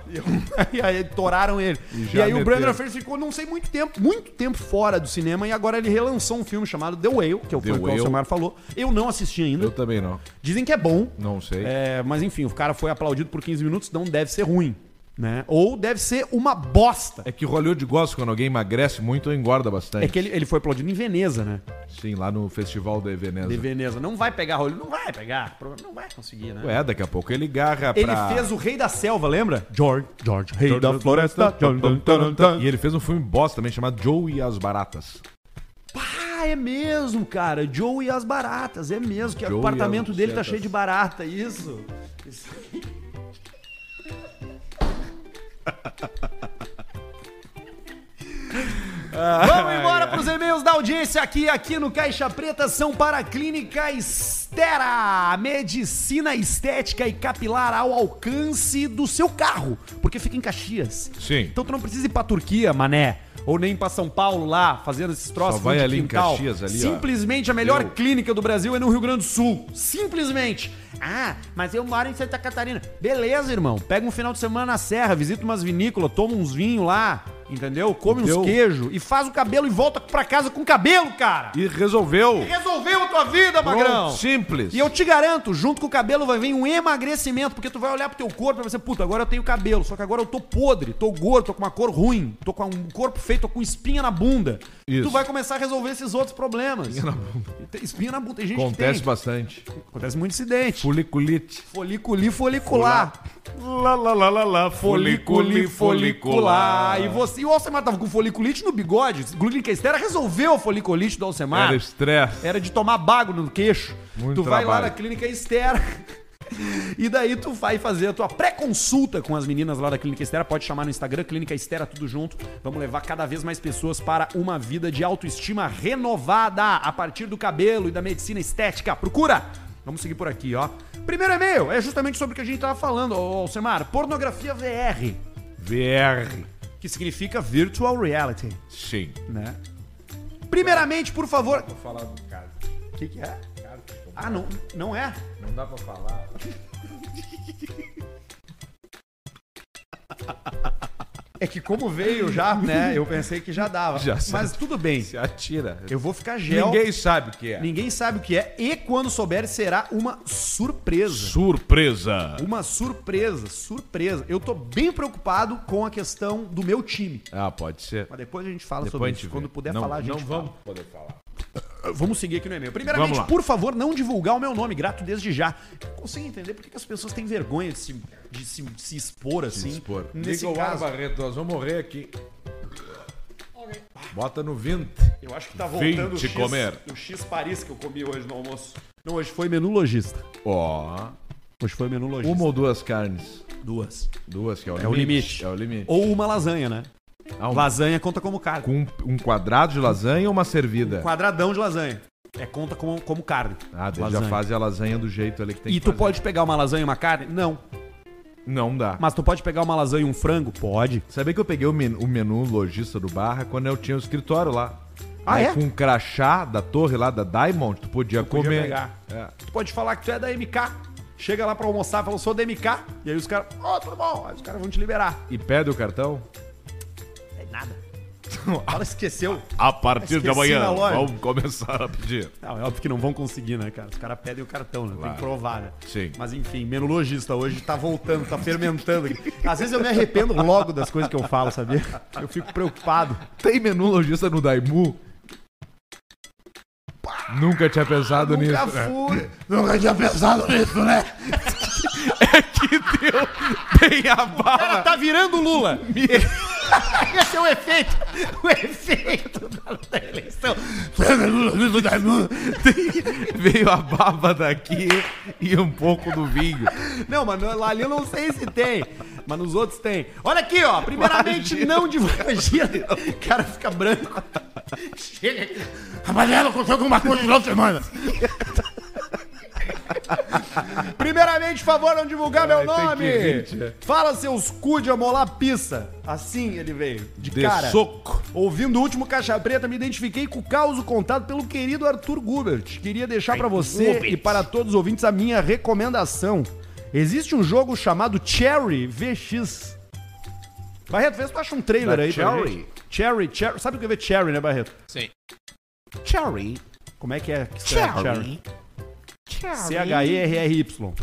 B: e aí toraram ele. E,
A: já
B: aí o
A: meteram.
B: Brandon Fraser ficou não sei muito tempo, muito tempo fora do cinema e agora ele relançou um filme chamado The Whale, que é o filme que o
A: Whale.
B: Alcemar falou. Eu não assisti ainda.
A: Eu também não.
B: Dizem que é bom.
A: Não sei.
B: É, mas enfim, o cara foi aplaudido por 15 minutos, não deve ser ruim, né? Ou deve ser uma bosta.
A: É que Hollywood gosta quando alguém emagrece muito ou engorda bastante.
B: É que ele, ele foi aplaudido em Veneza, né?
A: Sim, lá no Festival de Veneza.
B: De Veneza. Não vai pegar Hollywood, não vai pegar. Prova- Não vai conseguir, né?
A: Ué, É, daqui a pouco ele garra
B: Ele
A: pra...
B: fez o Rei da Selva, lembra? George, George, Rei
A: George da Floresta. E
B: E-
A: ele fez um filme bosta também chamado Joe e as Baratas.
B: Pá, é mesmo, cara. Joe e as baratas, é mesmo. Que
A: Joe
B: o
A: e
B: apartamento
A: as
B: dele tá
A: setas.
B: cheio de barata, isso. Isso. Vamos embora pros e-mails da audiência aqui, aqui no Caixa Preta, são para a Clínica Estera. Estera, medicina estética e capilar ao alcance do seu carro, porque fica em Caxias.
A: Sim.
B: Então tu não precisa ir pra Turquia, mané, ou nem pra São Paulo lá, fazendo esses troços
A: vai
B: de
A: ali em Caxias, ali, ó.
B: Simplesmente a melhor
A: Eu-
B: clínica do Brasil é no Rio Grande do Sul. Simplesmente. Ah, mas eu moro em Santa Catarina. Beleza, irmão. Pega um final de semana na serra, visita umas vinícolas, toma uns vinhos lá, entendeu? Come
A: Entendeu?
B: uns queijo e faz o cabelo e volta pra casa com cabelo, cara.
A: E resolveu.
B: Resolveu a tua vida, magrão.
A: Pronto, simples.
B: E eu te garanto, junto com o cabelo vai vir um emagrecimento, porque tu vai olhar pro teu corpo e vai ser, puta, agora eu tenho cabelo, só que agora eu tô podre, tô gordo, tô com uma cor ruim, tô com um corpo feio, tô com espinha na bunda.
A: Isso.
B: Tu vai começar a resolver esses outros problemas. Espinha na bunda. Espinha na bunda, tem gente
A: Acontece
B: que tem.
A: bastante.
B: Acontece muito incidente.
A: Foliculite.
B: Foliculi, folicular.
A: Lá, lá, lá, lá, lá.
B: Foliculi, folicular.
A: E
B: E, você, e o Alcemar tava com foliculite no bigode. Glúlica Estera resolveu o foliculite do Alcemar.
A: Era estresse.
B: Era de tomar bago no queixo.
A: Muito
B: tu vai lá
A: trabalho.
B: na clínica Estera. E daí tu vai fazer a tua pré-consulta com as meninas lá da Clínica Estera. Pode chamar no Instagram, Clínica Estera, tudo junto. Vamos levar cada vez mais pessoas para uma vida de autoestima renovada a partir do cabelo e da medicina estética. Procura! Vamos seguir por aqui, ó. Primeiro e-mail é justamente sobre o que a gente tava falando, ô, Alcemar. Pornografia VR,
A: VR.
B: que significa Virtual Reality,
A: Sim.
B: né? Primeiramente, por favor...
A: Vou falar do caso.
B: O que que é? Ah, não, não é?
A: Não dá pra falar.
B: É que como veio já, né? Eu pensei que já dava.
A: Já sabe.
B: Mas tudo bem.
A: Se atira.
B: Eu vou ficar gel. Ninguém...
A: Ninguém sabe o que é.
B: sabe o que é. E quando souber, será uma surpresa.
A: Surpresa.
B: Uma surpresa, surpresa. Eu tô bem preocupado com a questão do meu time.
A: Ah, pode ser.
B: Mas depois a gente fala
A: Depois
B: sobre
A: a
B: isso.
A: gente vê.
B: Quando puder
A: Não-
B: falar, a gente
A: Não
B: fala.
A: vamos poder falar.
B: Vamos seguir aqui no e-mail. Primeiramente,
A: Vamos lá.
B: por favor, não divulgar o meu nome, grato desde já. Eu Consigo entender por que que as pessoas têm vergonha de se, de se, de se expor assim.
A: expor.
B: Nesse
A: Liga o ar,
B: caso,
A: Barreto, nós vamos morrer aqui. Bota no 20.
B: Eu acho que tá voltando
A: Vinte
B: o X,
A: comer.
B: o X Paris que eu comi hoje no almoço. Não, hoje foi menu lojista.
A: Ó.
B: Hoje foi menu lojista.
A: Uma ou duas carnes?
B: duas.
A: Duas, que é o,
B: o
A: limite.
B: limite.
A: É o limite.
B: Ou uma lasanha, né?
A: Ah, um-
B: Lasanha conta como carne.
A: Com um quadrado de lasanha ou uma
B: Um
A: servida?
B: Quadradão de lasanha. É conta como, como carne.
A: É. Ah, daí já
B: Lasanha.
A: faz a lasanha do jeito ali que tem
B: E
A: que
B: tu
A: fazer.
B: pode pegar uma lasanha e uma carne? Não.
A: Não dá.
B: Mas tu pode pegar uma lasanha e um frango? Pode.
A: Sabia que eu peguei o men- o menu, lojista do Barra quando eu tinha o escritório lá.
B: Ah,
A: Aí
B: é?
A: Com um crachá da torre lá da Diamond, tu podia
B: podia
A: comer.
B: pegar.
A: É.
B: Tu pode falar que tu é da MK. Chega lá pra almoçar, fala, sou da MK. E aí os caras, ó, tudo bom. Aí os caras vão te liberar.
A: E pede o cartão?
B: É nada. Ela esqueceu.
A: A partir
B: de Esqueci amanhã, na loja. vamos
A: começar a pedir.
B: Não, é óbvio que não vão conseguir, né, cara? Os caras pedem o cartão, né? Tem que provar, né?
A: Sim.
B: Mas enfim, menologista hoje tá voltando, tá fermentando. aqui. Às vezes eu me arrependo logo das coisas que eu falo, sabia? Eu fico preocupado.
A: Tem menu lojista no Daimu? Nunca tinha pensado nisso. é.
B: Nunca fui.
C: Nunca tinha pensado nisso, né?
A: Tem a barra.
B: Cara, tá virando o Lula. Esse é o efeito. O efeito da da eleição.
A: Veio a baba daqui e um pouco do vinho.
B: Não, mas no- lá ali eu não sei se tem. Mas nos outros tem. Olha aqui, ó. Primeiramente, não divulga. Imagina. O cara fica branco. Chega aqui.
C: Rapaziada, aconteceu alguma coisa no final de semana.
B: Primeiramente, por favor, não divulgar meu
A: Ai, tem
B: nome.
A: que rir, tia.
B: Fala seus cu de amolá pissa. Assim ele veio, de,
A: De
B: cara.
A: soco.
B: Ouvindo o último Caixa Preta, me identifiquei com o caos contado pelo querido Arthur Gubert. Queria deixar pra você e para todos os ouvintes a minha recomendação. Existe um jogo chamado Cherry VX. Barreto, vê se tu acha um trailer
A: Da
B: aí. pra
A: Cherry?
B: gente. Cherry, Cherry. Sabe o que é ver Cherry, né, Barreto?
D: Sim.
B: Cherry. Como é que é? que escreve C-H-E-R-R-Y.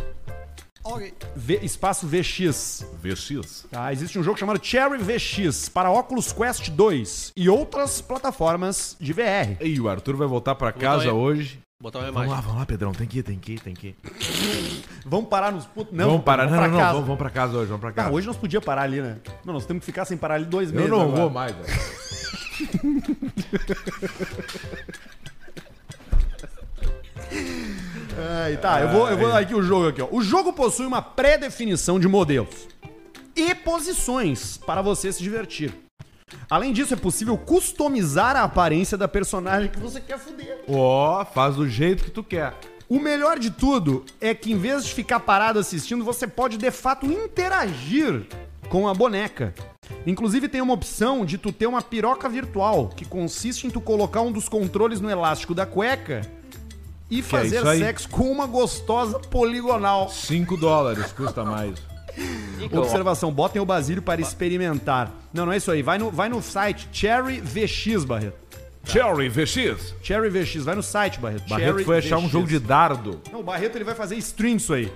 B: V, espaço VX.
A: VX.
B: Tá? Existe um jogo chamado Cherry VX para Oculus Quest 2 e outras plataformas de VR.
A: E o Arthur vai voltar pra casa
D: dar uma-
A: hoje.
D: Botar uma
A: Vamos lá,
D: imagem.
A: vamos lá, Pedrão. Tem que ir, tem que ir, tem que ir.
B: Vamos parar nos putos. Não,
A: vamos parar. Não,
B: pra
A: não, não.
B: casa.
A: Vamos, vamos pra casa hoje, vamos pra casa.
B: Ah, hoje nós podia parar ali, né? Não, nós temos que ficar sem parar ali dois
A: Eu
B: meses.
A: não
B: agora.
A: vou mais, velho.
B: Ai, tá, eu vou, eu vou dar aqui o jogo aqui, ó. O jogo possui uma pré-definição de modelos e posições para você se divertir. Além disso, é possível customizar a aparência da personagem que você quer foder.
A: Ó, faz do jeito que tu quer.
B: O melhor de tudo é que em vez de ficar parado assistindo, você pode de fato interagir com a boneca. Inclusive tem uma opção de tu ter uma piroca virtual, que consiste em tu colocar um dos controles no elástico da cueca e fazer
A: é isso aí.
B: sexo com uma gostosa poligonal.
A: 5 dólares custa mais.
B: Observação, botem o Basílio para experimentar. Não, não é isso aí. Vai no, vai no site Cherry VX, Barreto.
A: Cherry VX.
B: Cherry VX, vai no site, Barreto.
A: Barreto foi achar um jogo de dardo.
B: Não, o Barreto ele vai fazer stream isso aí.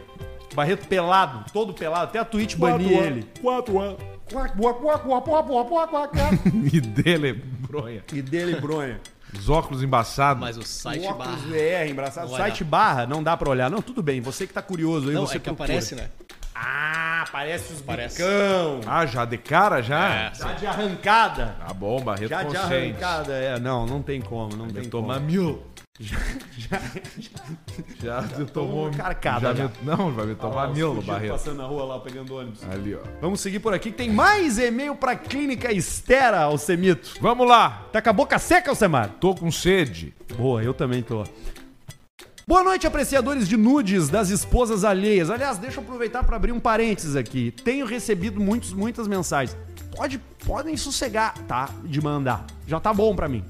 B: Barreto pelado, todo pelado, até a Twitch banir ele.
A: E dele, bronha.
B: E dele bronha.
A: Os óculos embaçados.
E: Mas o site
B: O óculos
E: barra.
B: VR, embraçado.
E: Não vai
B: Site barra, não dá pra olhar. Não, tudo bem, você que tá curioso aí,
E: Não,
B: você
E: é que
B: procura.
E: aparece, né?
B: Ah, aparece os
E: Aparece.
B: bicão.
A: Ah, já de cara já?
E: É.
B: Já de arrancada.
A: Tá bom, Barreto
B: Já de
A: consciente.
B: arrancada, é. Não, não tem como, não tem como.
A: Tomar mil. Já, já, tomou
B: uma carcada,
A: já
B: já. Ah,
A: me- não, vai me tomar
B: Os
A: mil no
B: fudidos
A: Barreto.
B: passando na rua lá, pegando ônibus.
A: Ali, ó.
B: Vamos seguir por aqui, que tem mais e-mail pra Clínica Estera, Alcemito.
A: Vamos lá.
B: Tá com a boca seca, Alcemar?
A: Tô com sede.
B: Boa, eu também tô. Boa noite, apreciadores de nudes das esposas alheias. Aliás, deixa eu aproveitar pra abrir um parênteses aqui. Tenho recebido muitos, muitas mensagens. Pode, podem sossegar, tá? De mandar. Já tá bom pra mim.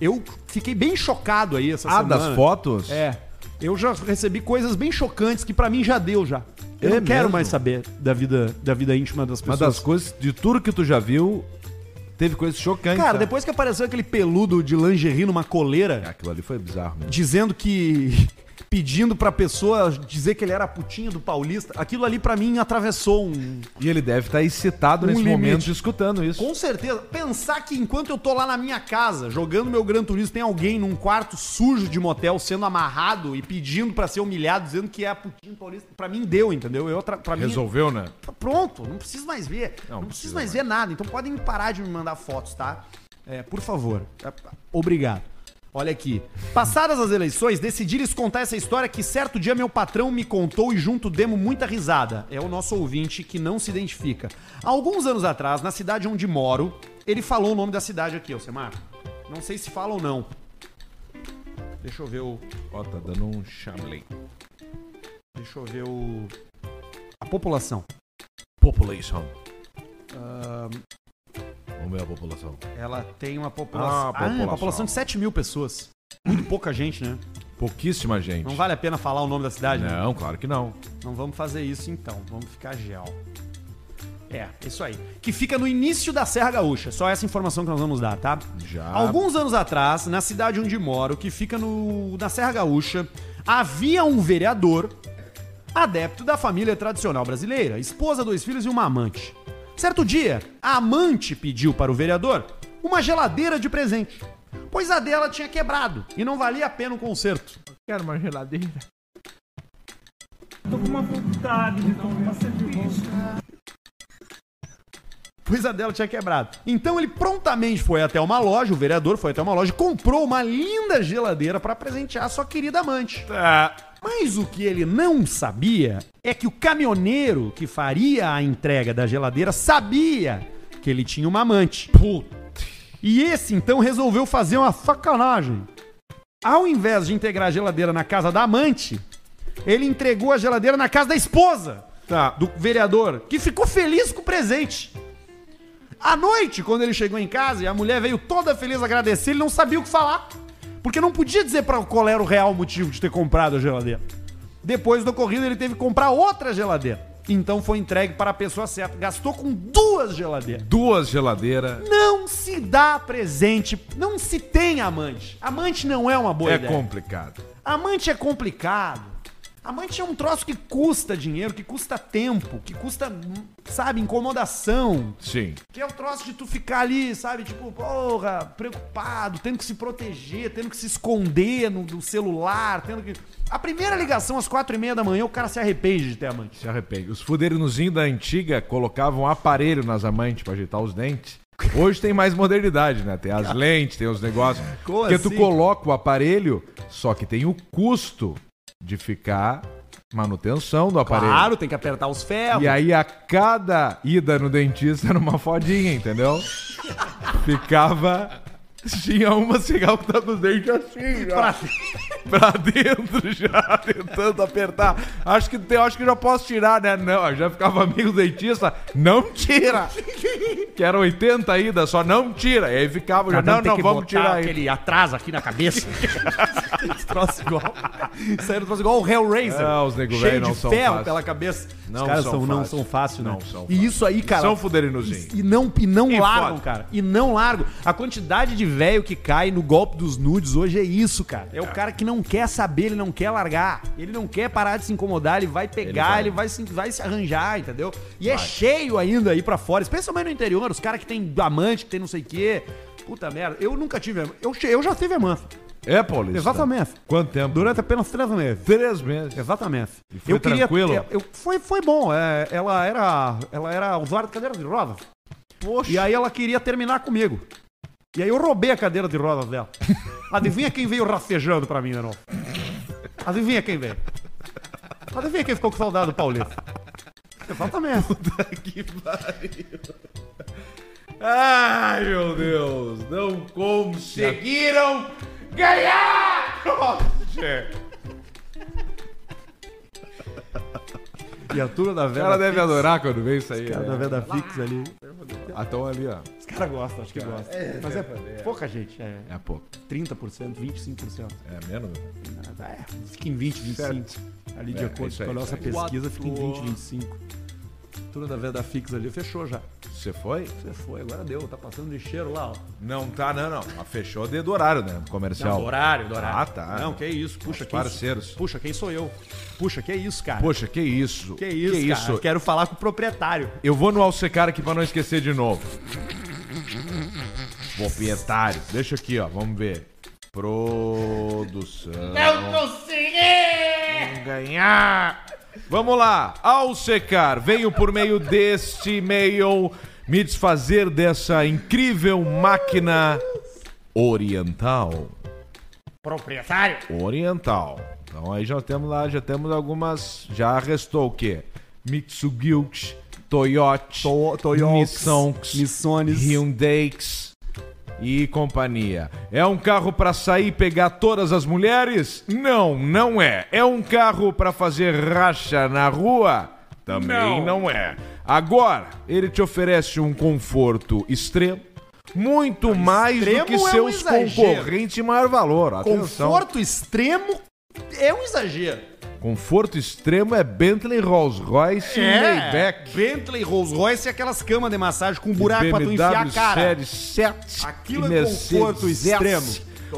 B: Eu fiquei bem chocado aí essa
A: Ah,
B: semana.
A: das fotos?
B: É. Eu já recebi coisas bem chocantes que pra mim já deu já. Eu
A: É
B: não quero
A: mesmo?
B: mais saber da vida, da vida íntima das
A: Uma
B: pessoas.
A: das coisas, de tudo que tu já viu, teve coisas chocantes.
B: Cara,
A: né? É,
B: depois que apareceu aquele peludo de lingerie numa coleira,
A: Aquilo ali foi bizarro né? mesmo.
B: dizendo que. pedindo pra pessoa dizer que ele era a putinha do paulista, aquilo ali pra mim atravessou um.
A: E ele deve estar excitado
B: Um
A: nesse
B: limite.
A: momento escutando isso.
B: Com certeza. Pensar que enquanto eu tô lá na minha casa, jogando meu Gran Turismo, tem alguém num quarto sujo de motel sendo amarrado e pedindo pra ser humilhado, dizendo que é a putinha do paulista. Pra mim deu, entendeu? Eu, tra- pra mim,
A: Resolveu, né?
B: Tá Pronto, não preciso mais ver. Não,
A: Não,
B: preciso
A: precisa
B: mais
A: mais.
B: ver nada. Então podem parar de me mandar fotos, tá? É, por favor. É, Obrigado. Olha aqui. Passadas as eleições, decidi lhes contar essa história que certo dia meu patrão me contou e junto demo muita risada. É o nosso ouvinte que não se identifica. Há alguns anos atrás, na cidade onde moro, ele falou o nome da cidade aqui, ô Semar. Não sei se fala ou não. Deixa eu ver o.
A: Ó, tá dando um chamlin.
B: Deixa eu ver o. A população.
A: Population. Ah, Vamos ver a população.
B: Ela tem uma população.
A: Ah,
B: Ah, uma
A: população.
B: população de 7 mil pessoas. Muito pouca gente, né?
A: Pouquíssima gente.
B: Não vale a pena falar o nome da cidade, né?
A: Não, claro que não.
B: Não vamos fazer isso então. Vamos ficar gel. É, isso aí. Que fica no início da Serra Gaúcha. Só essa informação que nós vamos dar, tá?
A: Já.
B: Alguns anos atrás, na cidade onde moro, que fica no, na Serra Gaúcha, havia um vereador adepto da família tradicional brasileira, esposa, dois filhos e uma amante. Certo dia, a amante pediu para o vereador uma geladeira de presente, pois a dela tinha quebrado e não valia a pena o conserto.
C: Quero uma geladeira.
B: Pois a dela tinha quebrado. Então ele prontamente foi até uma loja, o vereador foi até uma loja, e comprou uma linda geladeira pra presentear a sua querida amante. Mas o que ele não sabia é que o caminhoneiro que faria a entrega da geladeira sabia que ele tinha uma amante. E esse então resolveu fazer uma sacanagem. Ao invés de integrar a geladeira na casa da amante, ele entregou a geladeira na casa da esposa
A: Tá.
B: do vereador, que ficou feliz com o presente. À noite, quando ele chegou em casa e a mulher veio toda feliz agradecer, ele não sabia o que falar. Porque não podia dizer para qual era o real motivo de ter comprado a geladeira. Depois do ocorrido, ele teve que comprar outra geladeira. Então foi entregue para a pessoa certa. Gastou com duas geladeiras.
A: Duas geladeiras.
B: Não se dá presente, não se tem amante. Amante não é uma boa
A: É
B: ideia.
A: complicado.
B: Amante é complicado. Amante é um troço que custa dinheiro, que custa tempo, que custa, sabe, incomodação.
A: Sim.
B: Que é o troço de tu ficar ali, sabe, tipo, porra, preocupado, tendo que se proteger, tendo que se esconder no, do celular, tendo que. A primeira ligação às quatro e meia da manhã, o cara se arrepende de ter amante.
A: Se arrepende. Os fuderinozinhos da antiga colocavam aparelho nas amantes pra ajeitar os dentes. Hoje tem mais modernidade, né? Tem as lentes, tem os negócios.
B: Como
A: Porque tu
B: assim?
A: coloca o aparelho, só que tem o custo de ficar manutenção do aparelho.
B: Claro, tem que apertar os ferros.
A: E aí a cada ida no dentista era uma fodinha, entendeu? Ficava Tinha uma cigarro que tá com os dentes assim, já. Pra dentro já, tentando apertar. Acho que, eu acho que já posso tirar, né? Não, eu já ficava amigo do dentista. Não tira! Que era 80 ainda, só não tira. E aí ficava, já, não, não, vamos tirar aí.
E: aquele atrás aqui na cabeça.
B: troço igual. Isso aí era um troço igual o Hellraiser.
A: Ah, os nego
B: Cheio
A: velho
B: de
A: não são
B: ferro
A: fácil.
B: pela cabeça.
A: Não
B: os caras
A: são
B: são, não
A: fácil.
B: são fáceis, né?
A: Não são
B: E isso aí, cara.
A: São fuderinozinhos.
B: E, e não, e não
A: E
B: largam,
A: foda.
B: cara. E não largam. A quantidade de velho que cai no golpe dos nudes hoje é isso, cara. É o cara que não quer saber, ele não quer largar. Ele não quer parar de se incomodar, ele vai pegar, ele vai, se, vai se arranjar, entendeu? E é cheio ainda aí pra fora, especialmente no interior, os caras que tem amante, que tem não sei o quê. Puta merda, eu nunca tive. Eu, che- eu já tive amante.
A: É, Paulista?
B: Exatamente.
A: Quanto tempo?
B: Durante apenas três meses.
A: três meses.
B: Exatamente.
A: E foi tranquilo?
B: Eu, eu- foi, foi bom. é, ela era ela era usuária de cadeira de rodas.
A: Poxa.
B: E aí ela queria terminar comigo. E aí eu roubei a cadeira de rodas dela. Adivinha quem veio rastejando pra mim, meu irmão? Adivinha quem veio? Adivinha quem ficou com saudade do Paulista? Exatamente.
A: Ai, meu Deus. Não conseguiram ganhar! Nossa,
B: E a turma da
A: o cara
B: vela.
A: deve adorar quando vê isso aí.
B: Cara da vela fixa ali.
A: Então ali, ó.
B: Os caras gostam, acho que gostam. Mas é pouca gente. É
A: É pouco.
B: 30%, 25%.
A: É menos?
B: É, fica em 20, 25. Ali de
A: É, é
B: acordo
A: isso aí,
B: com
A: isso
B: a nossa
A: aí.
B: pesquisa, fica em 20, 25. Tudo da venda fixa ali, fechou já.
A: Você foi?
B: Você foi, agora deu, tá passando de cheiro lá, ó. É
A: Não tá, não, não. Mas fechou dentro do horário, né? Comercial.
B: horário, do
A: horário. Ah, tá.
B: Não, que isso, puxa,
A: Os
B: que
A: parceiros.
B: isso. Puxa, quem sou eu? Puxa, que isso, cara.
A: Poxa, que isso.
B: que isso, cara. Quero falar com o proprietário.
A: Eu vou no Alcecar aqui pra não esquecer de novo. Proprietário. Deixa aqui, ó. Vamos ver. Produção. Não consegui! Ganhar! Vamos lá. Alcecar, venho por meio deste e-mail me desfazer dessa incrível máquina oriental.
E: Proprietário.
A: Oriental. Então aí já temos lá, já temos algumas. Já restou o quê? Mitsubishi, Toyota,
B: To- Toyota,
A: Nissan,
B: Nissanes.
A: Hyundai e companhia. É um carro pra sair e pegar todas as mulheres? Não, não é. É um carro pra fazer racha na rua? Também não.
D: Não.
A: é. Agora, ele te oferece um conforto extremo, muito mais do
B: extremo
A: que
B: é um
A: seus
B: exagero.
A: concorrentes de maior valor. Atenção.
B: Conforto extremo é um exagero.
A: Conforto extremo é Bentley, Rolls Royce e
B: É.
A: Maybach.
B: Bentley, Rolls Royce e aquelas camas de massagem com buraco pra tu enfiar a cara.
A: Série 7
B: Aquilo
A: e
B: é
A: Mercedes
B: conforto
A: S.
B: extremo.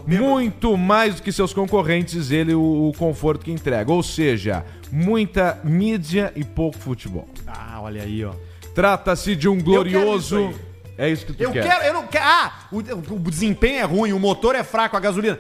A: Muito mais do que seus concorrentes, ele o, o conforto que entrega. Ou seja, muita mídia e pouco futebol.
B: Ah, olha aí, ó.
A: Trata-se de um glorioso.
B: isso
A: é isso que tu
B: Eu
A: quer.
B: quero, eu não quero. Ah, o, o desempenho é ruim, o motor é fraco, a gasolina.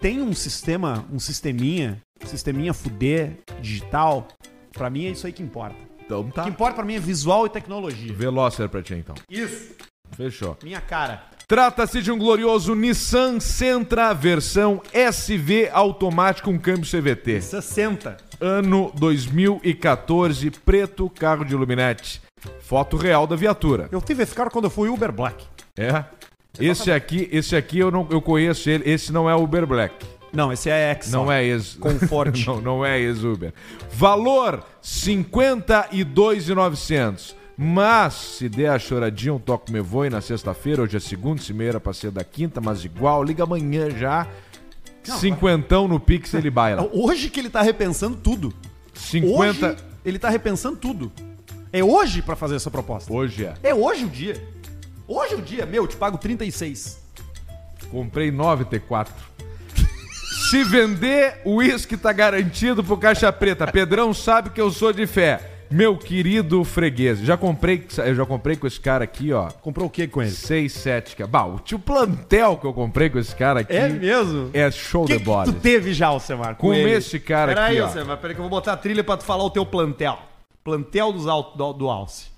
B: Tem um sistema, um sisteminha, sisteminha fuder, digital. Pra mim é isso aí que importa.
A: Então
B: O
A: tá.
B: que importa pra mim é visual e tecnologia.
A: Velocer pra ti então.
B: Isso.
A: Fechou.
B: Minha cara.
A: Trata-se de um glorioso Nissan Sentra versão SV automático com câmbio CVT.
B: 60.
A: ano 2014, preto, carro de Illuminati. Foto real da viatura.
B: Eu tive esse carro quando eu fui Uber Black.
A: É? Esse aqui, esse aqui eu não eu conheço ele, esse não é Uber Black.
B: Não, esse é X.
A: Não é ex.
B: Conforte.
A: não, não é ex Uber. Valor 52,900. Mas se der a choradinha, um toque me voe na sexta-feira, hoje é segunda, se meia era pra ser da quinta, mas igual, liga amanhã já. Cinquentão no Pix ele baila.
B: Hoje que ele tá repensando tudo.
A: 50.
B: Hoje ele tá repensando tudo. É hoje pra fazer essa proposta.
A: Hoje é.
B: É hoje o dia. Hoje o dia, meu, eu te pago 36.
A: Comprei 9 T4. Se vender, o uísque tá garantido pro Caixa Preta. Pedrão sabe que eu sou de fé. Meu querido freguês, já comprei, eu já comprei com esse cara aqui, ó.
B: Comprou o que com ele?
A: 6, 7, que é- bah, o tio plantel que eu comprei com esse cara aqui
B: É mesmo?
A: é show
B: que
A: de
B: que
A: bola.
B: tu teve já, Alcemar?
A: Com
B: ele?
A: esse cara
B: Pera
A: aqui,
B: aí,
A: ó.
B: Alcemar, peraí que eu vou botar a trilha pra tu falar o teu plantel. Plantel dos al- do, do Alce.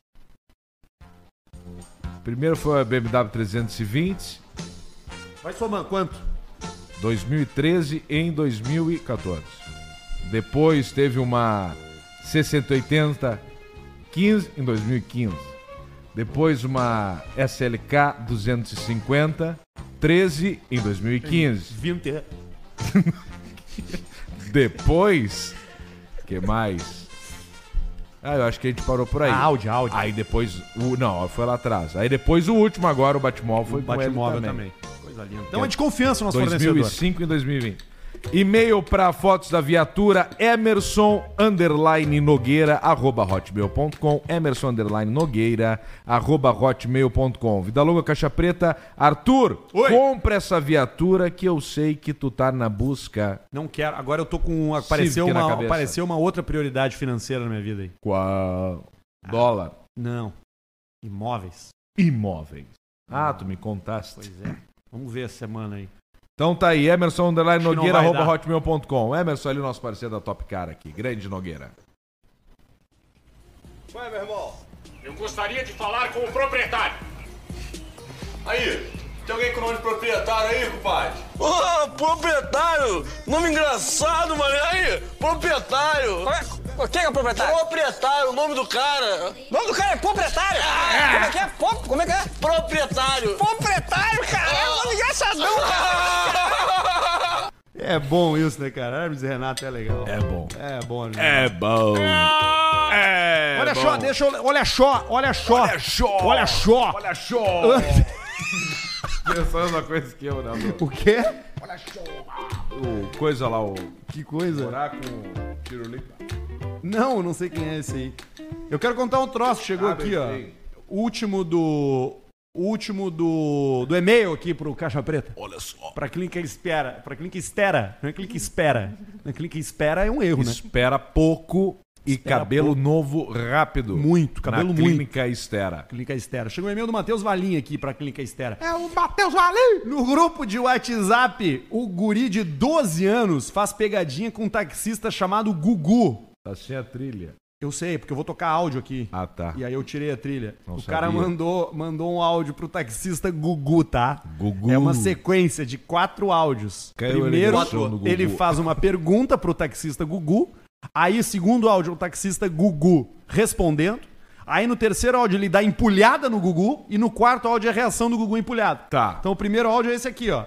A: Primeiro foi a BMW 320,
B: Vai somando, quanto?
A: 2013 em 2014. Depois teve uma 680 15 em 2015. Depois uma SLK 250 2013, em 2015.
B: 20.
A: Depois, que mais? Ah, eu acho que a gente parou por aí.
B: Ah, áudio, áudio.
A: Aí depois, o, não, foi lá atrás. Aí depois o último agora, o Batmóvel foi Ah, com ele
B: Batmóvel
A: também.
B: também. Coisa linda. Então é de confiança o nosso fornecedor.
A: 2005 e 2020. E-mail para fotos da viatura Emerson underline Nogueira arroba hotmail.com Emerson underline Nogueira arroba hotmail.com Vida Longa Caixa Preta Arthur, compra essa viatura que eu sei que tu tá na busca
B: Não quero. Agora eu tô com. Apareceu
A: Civic na
B: uma,
A: cabeça.
B: apareceu uma outra prioridade financeira na minha vida aí.
A: qual
B: Ah.
A: dólar
B: Não. Imóveis.
A: imóveis. Ah, tu me contaste.
B: Pois é. Vamos ver essa semana aí.
A: Então tá aí, Emerson underline
B: Acho que não
A: Nogueira
B: vai
A: arroba
B: dar.
A: hotmail.com Emerson ali, nosso parceiro da Top Car aqui. Grande Nogueira.
F: Eu gostaria de falar com o proprietário.
G: Aí, tem alguém com nome de proprietário aí, compadre?
F: Ô, proprietário! Nome engraçado, mano. E aí, proprietário!
H: O que é o proprietário?
F: Proprietário, o nome do cara. Ah.
H: O nome do cara é proprietário? Como é que é? Pop- Como é que é?
F: Proprietário.
H: Proprietário, caralho, nome engraçadão, cara.
B: É bom isso, né, cara? Hermes e Renato é legal.
A: É bom.
B: É, bom, né?
A: É bom. É
I: Olha só, deixa eu. Olha só, olha só. Olha só. Olha só.
A: Olha show! Pensando na coisa que eu, né?
B: O quê?
A: O coisa lá, o
B: Que coisa.
A: buraco, o tirulipa.
B: Não, não sei quem é esse aí. Eu quero contar um troço, chegou
A: Ah,
B: aqui,
A: bem,
B: ó.
A: bem.
B: O último do. o Último do. do e-mail aqui pro Caixa Preta. Olha só. Pra clínica espera. Pra clínica estera. Não é clique espera. Não é clique espera é um erro, né?
A: Espera pouco e cabelo novo rápido.
B: Muito, cabelo
A: na
B: muito.
A: clínica estera.
B: Clínica Estera. Chegou um e-mail do Matheus Valim aqui pra Clínica Estera.
J: É o Matheus Valim.
B: No grupo de WhatsApp, o guri de 12 anos faz pegadinha com um taxista chamado Gugu.
A: Tá sem a trilha.
B: Eu sei, porque eu vou tocar áudio aqui.
A: Ah, tá.
B: E aí eu tirei a trilha.
A: Não
B: o
A: sabia.
B: cara mandou, mandou um áudio pro taxista Gugu, tá?
A: Gugu.
B: É uma sequência de quatro áudios.
A: Caiu a
B: Primeiro,
A: ligação do Gugu.
B: ele faz uma pergunta pro taxista Gugu. Aí, o segundo áudio, o taxista Gugu respondendo. Aí, no terceiro áudio, ele dá empulhada no Gugu. E no quarto áudio, é a reação do Gugu empulhado.
A: Tá.
B: Então, o primeiro áudio é esse aqui, ó.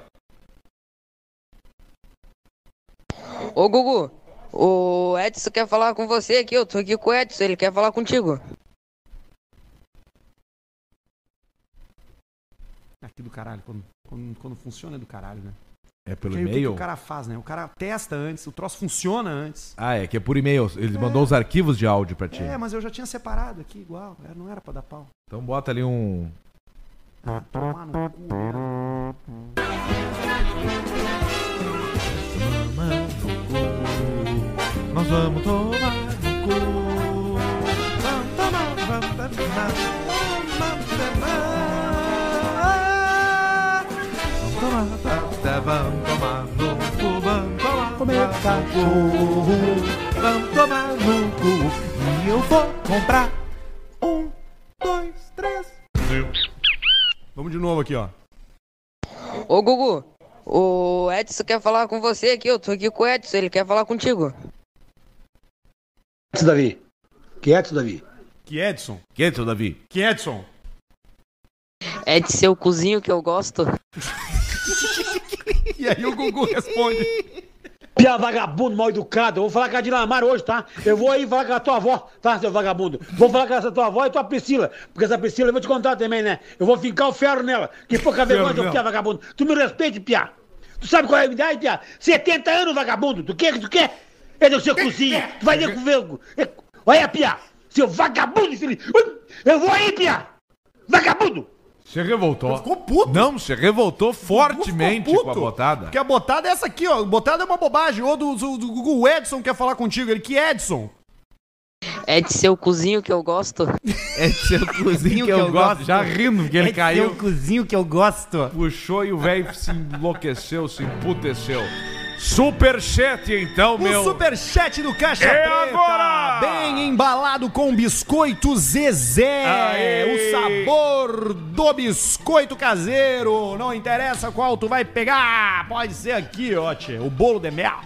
K: Ô Gugu, o Edson quer falar com você aqui, eu tô aqui com o Edson, ele quer falar contigo.
B: Aqui do caralho, quando, quando, quando funciona é do caralho, né?
A: É pelo
B: Porque aí o que que
A: e-mail?
B: o cara faz, né? O cara testa antes, o troço funciona antes.
A: Ah, é que é por e-mail. Ele mandou os arquivos de áudio pra ti.
B: É, mas eu já tinha separado aqui igual, é, não era pra dar pau.
A: Então bota ali um.
B: Ah, tomar no cu, né?
A: Nós vamos tomar no cu. Vamos tomar, vamos tomar, vamos tomar. Vamos tomar, tá, tá, vamos tomar no cu, vamos tomar,
J: Comer cachorro.
A: vamos tomar no cu. E eu vou comprar um, dois, três.
B: Vamos de novo aqui, ó.
K: Ô Gugu, o Edson quer falar com você aqui, eu tô aqui com o Edson, ele quer falar contigo.
L: Quieto, Davi. Quieto, Davi.
B: Que Edson?
A: Que é, seu Davi?
B: Que Edson?
K: É de seu cozinho que eu gosto.
B: E aí o Gugu responde.
L: Pia vagabundo, mal educado. Eu vou falar com a Dinamar hoje, tá? Eu vou aí falar com a tua avó, tá, seu vagabundo? Vou falar com essa tua avó e tua Priscila. Porque essa Priscila eu vou te contar também, né? Eu vou fincar o ferro nela. Que pouca vergonha, seu Pia vagabundo. Tu me respeite, Pia. Tu sabe qual é a minha idade, Pia? 70 anos, vagabundo. Tu quer que tu quer? É do seu cozinho. Tu vai ver com vergo. É- Olha, Pia. Seu vagabundo, infeliz. Eu vou aí, Pia. Vagabundo.
A: Se revoltou.
B: Ficou puto.
A: Não, se revoltou fortemente
B: Ficou
A: com a
B: puto.
A: botada.
B: Porque a botada é essa aqui, ó. Botada é uma bobagem. Ou do, do, do Gugu o Edson quer falar contigo. Ele, que Edson?
K: É de seu cozinho que eu gosto.
A: É seu
B: assim
A: cozinho que eu, gosto. Já rindo, porque ele caiu.
B: cozinho que É assim eu gosto.
A: Puxou e o velho se enlouqueceu, se emputeceu. Superchat, então,
B: O
A: meu.
B: superchat do Caixa
A: É
B: Preta,
A: agora!
B: bem embalado com biscoito Zezé,
A: Aê!
B: o sabor do biscoito caseiro, não interessa qual tu vai pegar, pode ser aqui, ó, tchê, o bolo de mel.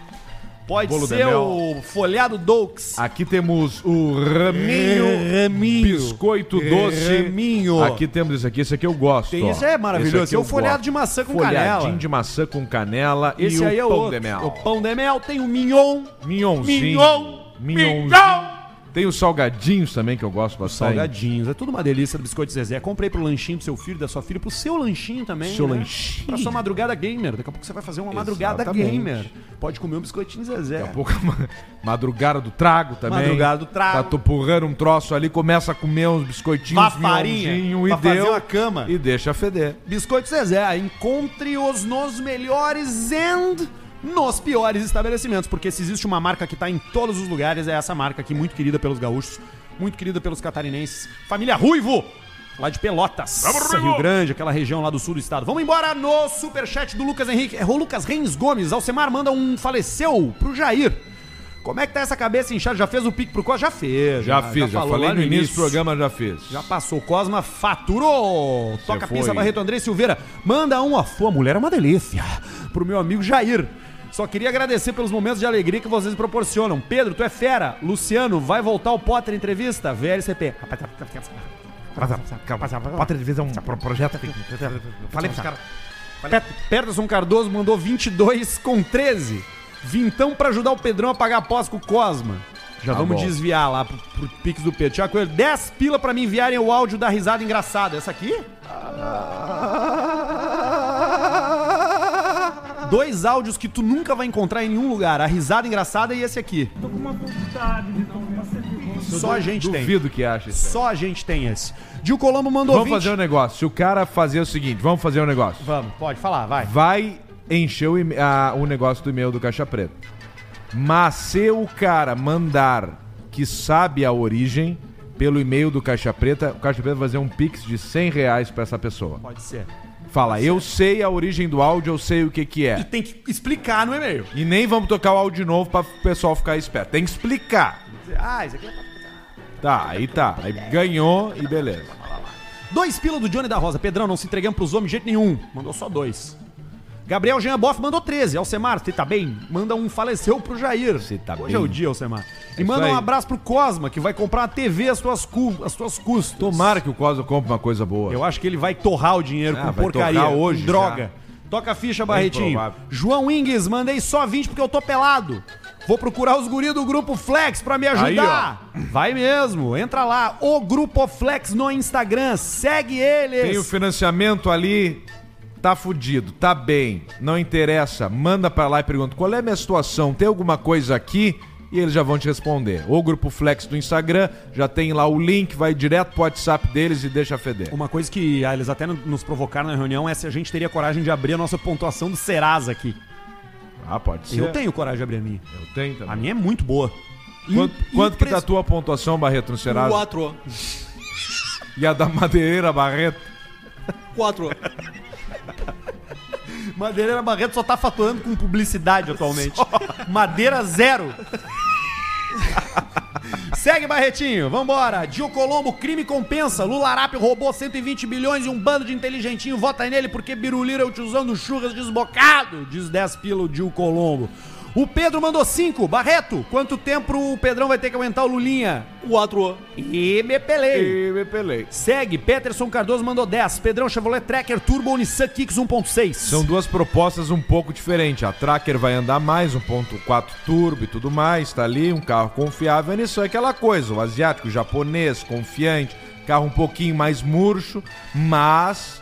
B: Pode
A: Bolo de
B: ser
A: mel.
B: o folhado Doux.
A: Aqui temos o raminho,
B: É, raminho.
A: biscoito
B: É,
A: doce.
B: raminho.
A: Aqui temos esse aqui, esse aqui eu gosto.
B: Tem-
A: ó.
B: esse é maravilhoso,
A: aqui
B: é o
A: eu
B: folhado
A: gosto.
B: de maçã com
A: Folhadinho
B: canela.
A: de maçã com canela e
B: Esse
A: o
B: aí é o
A: pão de
B: outro.
A: mel.
B: O pão de mel tem o mignon.
A: Mignonzinho.
B: Mignon.
A: Mignonzinho.
B: Mignon.
A: Tem os salgadinhos também que eu gosto bastante.
B: Salgadinhos, é tudo uma delícia do Biscoito Zezé. Comprei pro lanchinho do seu filho, da sua filha, pro seu lanchinho também.
A: Seu
B: né?
A: lanchinho.
B: Pra sua madrugada gamer. Daqui a pouco você vai fazer uma madrugada
A: Exatamente.
B: gamer. Pode comer um biscoitinho Zezé.
A: Daqui a pouco, ma- madrugada do trago também.
B: Madrugada do trago.
A: Tá tupurrando um troço ali, começa a comer uns biscoitinhos,
B: Vá farinha,
A: mignonzinho e
B: pra fazer
A: deu.
B: uma cama.
A: E deixa feder.
B: Biscoito Zezé, encontre-os nos melhores and nos piores estabelecimentos, porque se existe uma marca que tá em todos os lugares, é essa marca aqui, muito querida pelos gaúchos, muito querida pelos catarinenses. Família Ruivo, lá de Pelotas, Rio Grande, aquela região lá do sul do estado. Vamos embora no superchat do Lucas Henrique, é o Lucas Reis Gomes, Alcemar manda um faleceu pro Jair. Como é que tá essa cabeça inchada? Já fez o pique pro Costa? Já fez.
A: Já, fiz, já
B: falou
A: falei
B: lá
A: no início do programa, já fiz.
B: já passou. Cosma faturou. Toca a
A: foi.
B: pista, Barreto André Silveira. Manda um, ó. Sua mulher é uma delícia. Pro meu amigo Jair. Só queria agradecer pelos momentos de alegria que vocês proporcionam. Pedro, tu é fera. Luciano, vai voltar o Potter entrevista? VLCP.
M: Potter de vez é um pro- projeto. tem- Falei pros caras.
B: Pe- Peterson Cardoso mandou 22 com 13. Vintão pra ajudar o Pedrão a pagar a pós com o Cosma. Já
A: Tá
B: vamos
A: bom.
B: desviar lá pro, pro Pix do Pedro. Tiago Coelho, 10 pila pra me enviarem o áudio da risada engraçada. Essa aqui? Dois áudios que tu nunca vai encontrar em nenhum lugar. A risada engraçada e esse aqui. Tô com uma vontade de Só a gente tem.
A: Duvido que ache isso. aí.
B: Só a gente tem esse. Gil Colombo mandou
A: Vamos
B: 20.
A: fazer um negócio. Se o cara fazer o seguinte, vamos fazer um negócio.
B: Vamos, pode falar, vai.
A: Vai encher o, e- a- o negócio do e-mail do Caixa Preta. Mas se o cara mandar que sabe a origem pelo e-mail do Caixa Preta, o Caixa Preta vai fazer um pix de 100 reais pra essa pessoa.
B: Pode ser.
A: Fala, eu sei a origem do áudio, eu sei o que que é.
B: Tem que explicar no e-mail.
A: E nem vamos tocar o áudio de novo pra o pessoal ficar esperto. Tem que explicar.
B: Ah, isso aqui é
A: Tá, aí tá. Aí ganhou e beleza.
B: Dois pila do Johnny da Rosa. Pedrão, não se entregamos pros homens de jeito nenhum. Mandou só dois. Gabriel Jean Boff mandou 13. Alcemar, você tá bem? Manda um faleceu pro Jair. Você
A: tá
B: Hoje
A: bem.
B: é o dia, Alcemar. E
A: É
B: manda
A: isso
B: um
A: aí.
B: abraço pro Cosma, que vai comprar uma TV às tuas, cu... às tuas custas.
A: Tomara que o Cosmo compre uma coisa boa.
B: Eu acho que ele vai torrar o dinheiro
A: Ah,
B: com
A: vai
B: porcaria,
A: torrar hoje
B: com droga. Toca a ficha, Barretinho.
A: provável.
B: João Ingues, mandei só 20 porque eu tô pelado. Vou procurar os guris do Grupo Flex pra me ajudar. vai mesmo, entra lá, o Grupo Flex no Instagram, segue eles.
A: Tem o financiamento ali, tá fudido, tá bem, não interessa. Manda pra lá e pergunta qual é a minha situação, tem alguma coisa aqui? E eles já vão te responder. O Grupo Flex do Instagram já tem lá o link, vai direto pro WhatsApp deles e deixa feder.
B: Uma coisa que ah, eles até nos provocaram na reunião é se a gente teria coragem de abrir a nossa pontuação do Serasa aqui.
A: Ah, pode ser.
B: Eu tenho coragem de abrir a minha.
A: Eu tenho também.
B: A minha é muito boa.
A: Quanto,
B: Im-
A: quanto que tá a
B: impress-
A: tua pontuação, Barreto, no Serasa?
F: Quatro.
A: E a da madeireira, Barreto?
F: Quatro.
B: Madeireira Barreto só tá faturando com publicidade atualmente. Madeira zero. Segue, Barretinho. Vambora. Gil Colombo, crime compensa. Lula Arap roubou 120 bilhões e um bando de inteligentinho vota nele porque Birulira é o tiozão do churras desbocado, diz 10 pila o Gil Colombo. O Pedro mandou 5. Barreto, quanto tempo o Pedrão vai ter que aguentar o Lulinha?
F: Quatro.
B: E me pelei.
A: E me pelei.
B: Segue, Peterson Cardoso mandou 10. Pedrão Chevrolet Tracker Turbo Nissan Kicks 1.6.
A: São duas propostas um pouco diferentes. A Tracker vai andar mais, 1.4 turbo e tudo mais, tá ali, um carro confiável. A Nissan é aquela coisa, o asiático, o japonês, confiante, carro um pouquinho mais murcho, mas...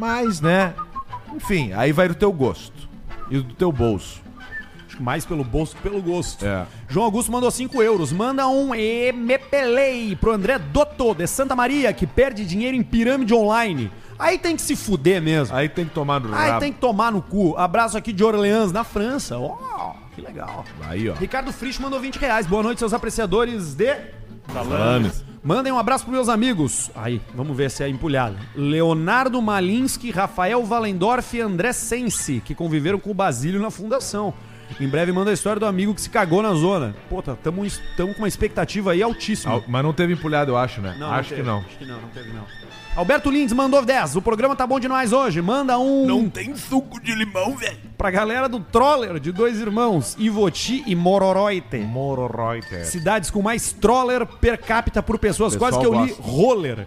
A: Mas, né? Enfim, aí vai do teu gosto e do teu bolso.
B: Acho que mais pelo bolso que pelo gosto.
A: É.
B: João Augusto mandou 5 euros. Manda um e me pelei pro André Dotto, de Santa Maria, que perde dinheiro em pirâmide online. Aí tem que se fuder mesmo.
A: Aí tem que tomar no
B: Aí
A: rabo.
B: tem que tomar no cu. Abraço aqui de Orleans, na França. Ó, que legal.
A: Aí, ó.
B: Ricardo Frisch mandou 20 reais. Boa noite, seus apreciadores de...
A: Salames.
B: Mandem um abraço pros meus amigos. Aí, vamos ver se é empulhado. Leonardo Malinsky, Rafael Valendorf e André Sense, que conviveram com o Basílio na fundação. Em breve manda a história do amigo que se cagou na zona. Pô, tá- tamo, es- tamo com uma expectativa aí altíssima.
A: Ah, Mas não teve empulhado, eu acho, né?
B: Não, não
A: acho
B: teve.
A: que não.
B: Acho que não, não teve não. Alberto Lindes mandou 10. O programa tá bom demais hoje. Manda um.
N: Não tem suco de limão, velho.
B: Pra galera do Troller de dois irmãos, Ivoti e Mororoite.
A: Mororoite.
B: Cidades com mais Troller per capita por pessoas.
A: Pessoal
B: Quase que eu li
A: gosta.
B: Roller.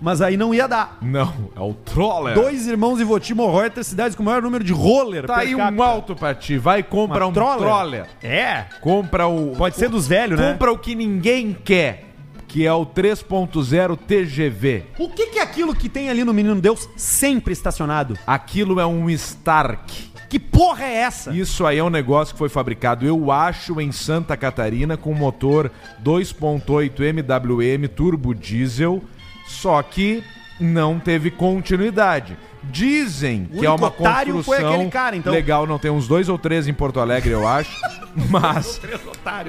B: Mas aí não ia dar.
A: Não, é o Troller.
B: Dois irmãos Ivoti e Mororoite, cidades com o maior número de roller
A: Tá aí um alto pra ti. Vai comprar
B: Uma
A: um
B: troller?
A: troller.
B: É.
A: Compra o.
B: Pode ser dos velhos, né?
A: Compra o que ninguém quer, que é o 3.0 TGV.
B: O que, que é aquilo que tem ali no Menino Deus sempre estacionado?
A: Aquilo é um Stark.
B: Que porra é essa?
A: Isso aí é um negócio que foi fabricado, eu acho, em Santa Catarina, com motor 2.8 MWM turbo diesel, só que não teve continuidade. Dizem que é uma
B: único otário
A: construção
B: foi aquele cara, então.
A: legal, não tem uns dois ou três em Porto Alegre, eu acho, mas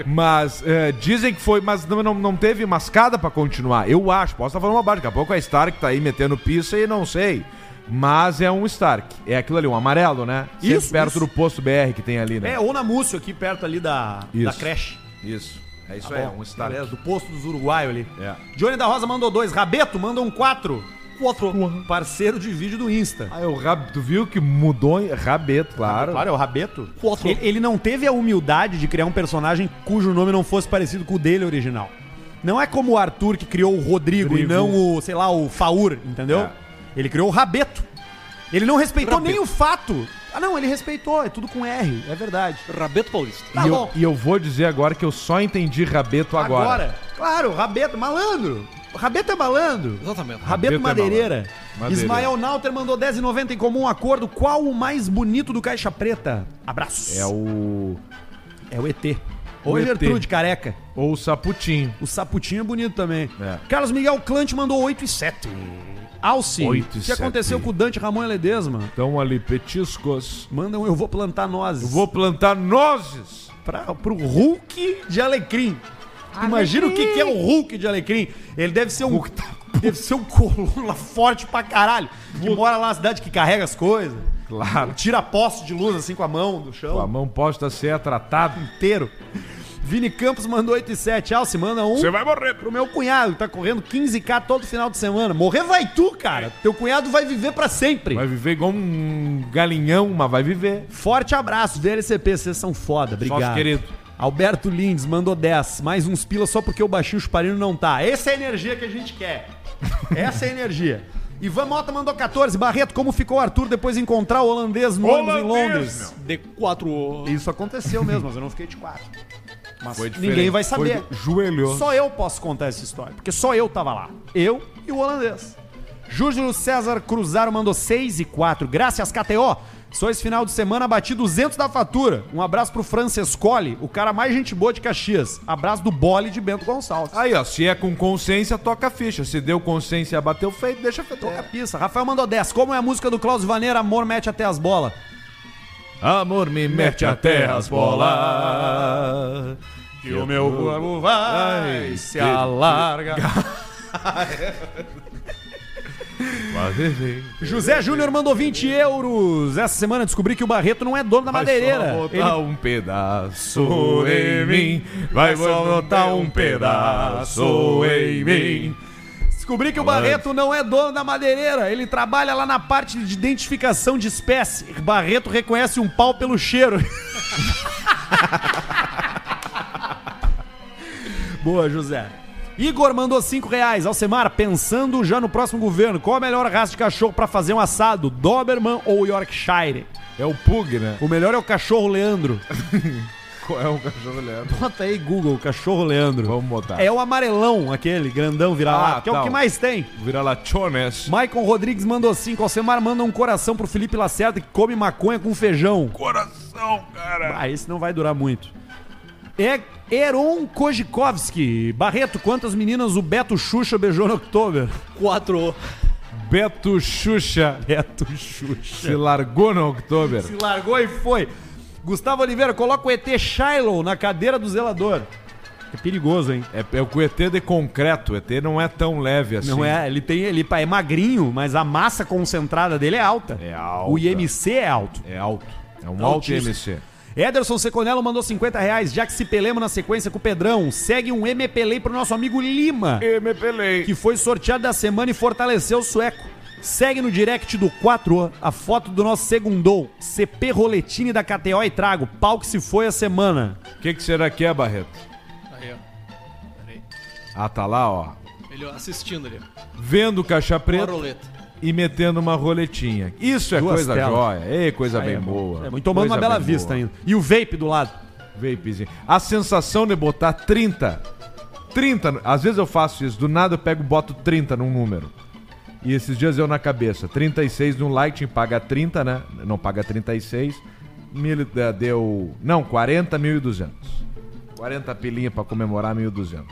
A: mas é, dizem que foi, mas não, não, não teve mascada pra continuar. Eu acho, posso estar falando uma bobagem. Daqui a pouco é Stark tá aí metendo pista e não sei. Mas é um Stark. É aquilo ali, um amarelo, né? Sempre
B: Isso,
A: perto
B: isso.
A: do posto BR que tem ali, né?
B: É, ou na Múcio, aqui perto ali da, da
A: Isso.
B: creche.
A: Isso. É isso
B: Tá
A: aí, é
B: bom.
A: um Stark.
B: Beleza, do posto dos uruguaios ali.
A: É.
B: Johnny da Rosa mandou dois. Rabeto mandou um quatro. Quatro. Parceiro de vídeo do Insta.
A: Ah, é o rab... Tu viu que mudou em Rabeto, claro.
B: Claro, é o Rabeto. Ele, ele não teve a humildade de criar um personagem cujo nome não fosse parecido com o dele original. Não é como o Arthur que criou o Rodrigo, e
A: Rodrigo.
B: não o, sei lá, o Faur, entendeu?
A: É.
B: Ele criou o Rabeto. Ele não respeitou nem o fato. Ah, não, ele respeitou. É tudo com R, é verdade.
N: Rabeto Paulista.
B: Tá
A: e,
B: bom.
A: eu, e eu vou dizer agora que eu só entendi Rabeto agora.
B: Claro, Rabeto, malandro. Rabeto é malandro.
N: Exatamente.
B: Rabeto,
A: Rabeto
B: Madeireira.
A: é malandro.
B: Ismael Nauter mandou 10,90 em comum acordo. Qual o mais bonito do Caixa Preta? Abraços.
A: É o.
B: É o ET. Ou
A: O
B: o
A: ET.
B: Gertrude Careca.
A: Ou o Saputinho.
B: O Saputinho é bonito também.
A: É.
B: Carlos Miguel Clante mandou 8 e 7. Alce, o
A: Oito e
B: que
A: sete.
B: aconteceu com o Dante Ramon e Ledesma?
A: Então ali, petiscos.
B: Mandam Eu Vou Plantar Nozes.
A: Vou plantar nozes.
B: pra, pro Hulk de Alecrim. Tu Imagina o que, que é o Hulk de Alecrim. Ele deve ser um. Deve ser um coluna forte pra caralho. Que mora lá na cidade que carrega as coisas.
A: Claro.
B: Tira poste de luz assim com a mão do chão
A: A mão posta ser tratado.
B: inteiro. Vini Campos mandou 8 e 7. Alce, manda um.
A: Você vai morrer.
B: Pro meu cunhado, que tá correndo 15k todo final de semana. Morrer vai tu, cara. Teu cunhado vai viver pra sempre.
A: Vai viver igual um galinhão, mas vai viver.
B: Forte abraço, VLCP, vocês são foda, obrigado.
A: Sócio querido.
B: Alberto Lindes mandou 10, mais uns pila só porque o baixinho chuparino não tá. Essa é a energia que a gente quer. Essa é a energia. Ivan Mota mandou 14. Barreto, como ficou o Arthur depois de encontrar o holandês no ônibus em Londres?
N: De quatro.
B: Isso aconteceu mesmo, mas eu não fiquei de quatro. Mas
A: Foi diferente.
B: ninguém vai saber.
A: Foi joelho.
B: Só eu posso contar essa história, porque só eu tava lá. Eu e o holandês. Júlio César Cruzaro mandou 6 e 4. Graças, KTO. Só esse final de semana bati 200 da fatura. Um abraço pro Francescoli, o cara mais gente boa de Caxias. Abraço do Bole de Bento Gonçalves.
A: Aí, ó, se é com consciência, toca a ficha. Se deu consciência e bateu feito, deixa feito.
B: Toca a pista. Rafael mandou 10. Como é a música do Klaus Vaneira, Amor Mete Até as Bolas?
A: Amor, me mete até as bolas.
B: Que o meu corpo vai se alarga. José Júnior mandou 20 euros. Essa semana descobri que o Barreto não é dono da madeireira. Ele
A: botar um pedaço em mim. Vai só botar um pedaço em mim.
B: Descobri que o Barreto não é dono da madeireira. Ele trabalha lá na parte de identificação de espécie. Barreto reconhece um pau pelo cheiro. Boa, José. Igor mandou 5 reais. Alcemar, pensando já no próximo governo, qual a melhor raça de cachorro pra fazer um assado? Doberman ou Yorkshire?
A: É o Pug, né?
B: O melhor é o cachorro Leandro.
A: É um cachorro leandro.
B: Bota aí, Google, cachorro Leandro.
A: Vamos botar.
B: É o amarelão, aquele grandão vira-lata,
A: Ah,
B: que é o
A: tá.
B: que mais tem.
A: Vira lachones.
B: Maicon Rodrigues mandou 5. Alcemar manda um coração pro Felipe Lacerda que come maconha com feijão.
N: Coração, cara.
B: Ah, esse não vai durar muito. É Heron Kojikovski. Barreto, quantas meninas o Beto Xuxa beijou no October?
N: Quatro.
A: Beto Xuxa
B: Beto Xuxa.
A: se largou no Oktober.
B: Se largou e foi. Gustavo Oliveira, coloca o ET Shiloh na cadeira do zelador. É perigoso, hein?
A: É, é o ET de concreto. O ET não é tão leve assim.
B: Não é, ele tem, ele é magrinho, mas a massa concentrada dele é alta.
A: É alta.
B: O IMC é alto.
A: É alto. É um alto
B: Altíssimo.
A: IMC.
B: Ederson Seconello mandou 50 reais, já que se pelemos na sequência com o Pedrão. Segue um MPLei pro nosso amigo Lima.
A: MPLei.
B: Que foi sorteado da semana e fortaleceu o sueco. Segue no direct do 4 a foto do nosso segundou, CP Roletini da KTO e Trago, pau que se foi a semana.
A: O que, que será que é, Barreto?
D: Aí, ó. Peraí.
A: Ah, tá lá, ó.
D: Ele ó, assistindo ali.
A: Vendo o caixa
D: Uma
A: preto
D: roleta.
A: e metendo uma roletinha. Isso é
B: Duas
A: coisa
B: telas.
A: jóia. Ei, coisa
B: Aí
A: bem
B: é bom.
A: boa.
B: É bom. E tomando
A: Coisa
B: uma bela
A: bem
B: vista
A: boa.
B: ainda. E o vape do lado.
A: Vapezinho. A sensação de botar 30. 30. no- Às vezes eu faço isso. Do nada eu pego e boto 30 num número. E esses dias eu na cabeça. 36 no Lightning paga 30, né? Não paga 36. Mil, eh, deu. Não, 40, 1.200. 40 pilinha pra comemorar 1.200.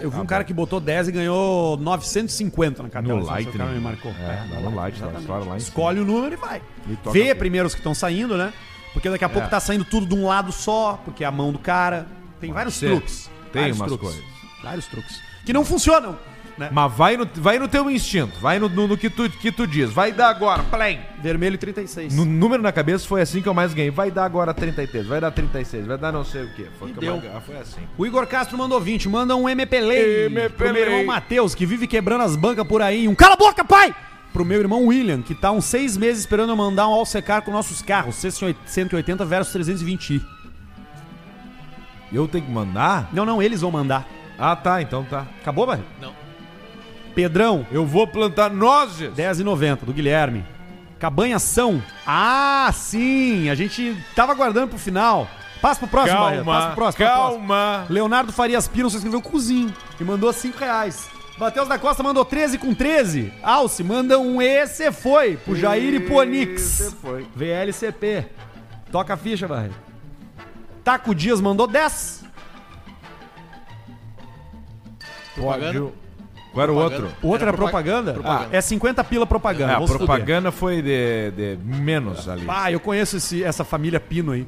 B: Eu vi
A: Tá
B: um cara que botou 10 e ganhou 950 na cartela.
A: No
B: Só É que o
A: Lightning.
B: cara me marcou.
A: É, lá no Lightning, lá fora, lá em cima.
B: Escolhe o número e vai.
A: E toca
B: Vê
A: a-
B: primeiro os que estão saindo, né? Porque daqui a pouco
A: É.
B: tá saindo tudo de um lado só, porque é a mão do cara. Tem vários
A: ser.
B: truques.
A: Tem
B: vários
A: umas
B: truques.
A: coisas.
B: Vários truques. Que não funcionam. Né?
A: Mas vai no, vai no teu instinto, vai no, no, no que, tu, que tu diz. Vai dar agora, play!
B: Vermelho 36.
A: No número na cabeça foi assim que eu mais ganhei. Vai dar agora 33, vai dar 36, vai dar não sei o quê. Foi,
B: E
A: que eu
B: deu.
A: mais ganhei. foi assim.
B: O Igor Castro mandou 20, manda um MPLay pro meu irmão Matheus, que vive quebrando as bancas por aí. Um cala a boca, pai! Pro meu irmão William, que tá uns seis meses esperando eu mandar um alsecar com nossos carros, 180 versus 320.
A: Eu tenho que mandar?
B: Não, não, eles vão mandar.
A: Ah, tá, então tá.
B: Acabou, Barreto?
D: Não.
B: Pedrão,
A: Eu vou plantar nozes.
B: 10,90 do Guilherme. Cabanha São. Ah, sim! A gente tava aguardando pro final. Passa pro próximo, Barreto. Passa pro próximo. passa pro próximo.
A: calma.
B: Leonardo Farias Pino só escreveu cozinho e mandou 5 reais. Matheus da Costa mandou 13 com 13. Alce manda um esse foi pro Jair e pro Onix.
A: foi.
B: VLCP. Toca a ficha, Barreto. Taco Dias mandou 10.
A: Pode.
D: Propaganda?
A: Qual era o
D: Propaganda.
A: outro?
B: O outro era,
D: Era
B: propaganda?
D: propaganda.
B: Ah, é 50 pila propaganda.
A: É, a
B: vamos fuder.
A: propaganda foi de, de menos ali.
B: Ah, eu conheço esse- essa família Pino aí.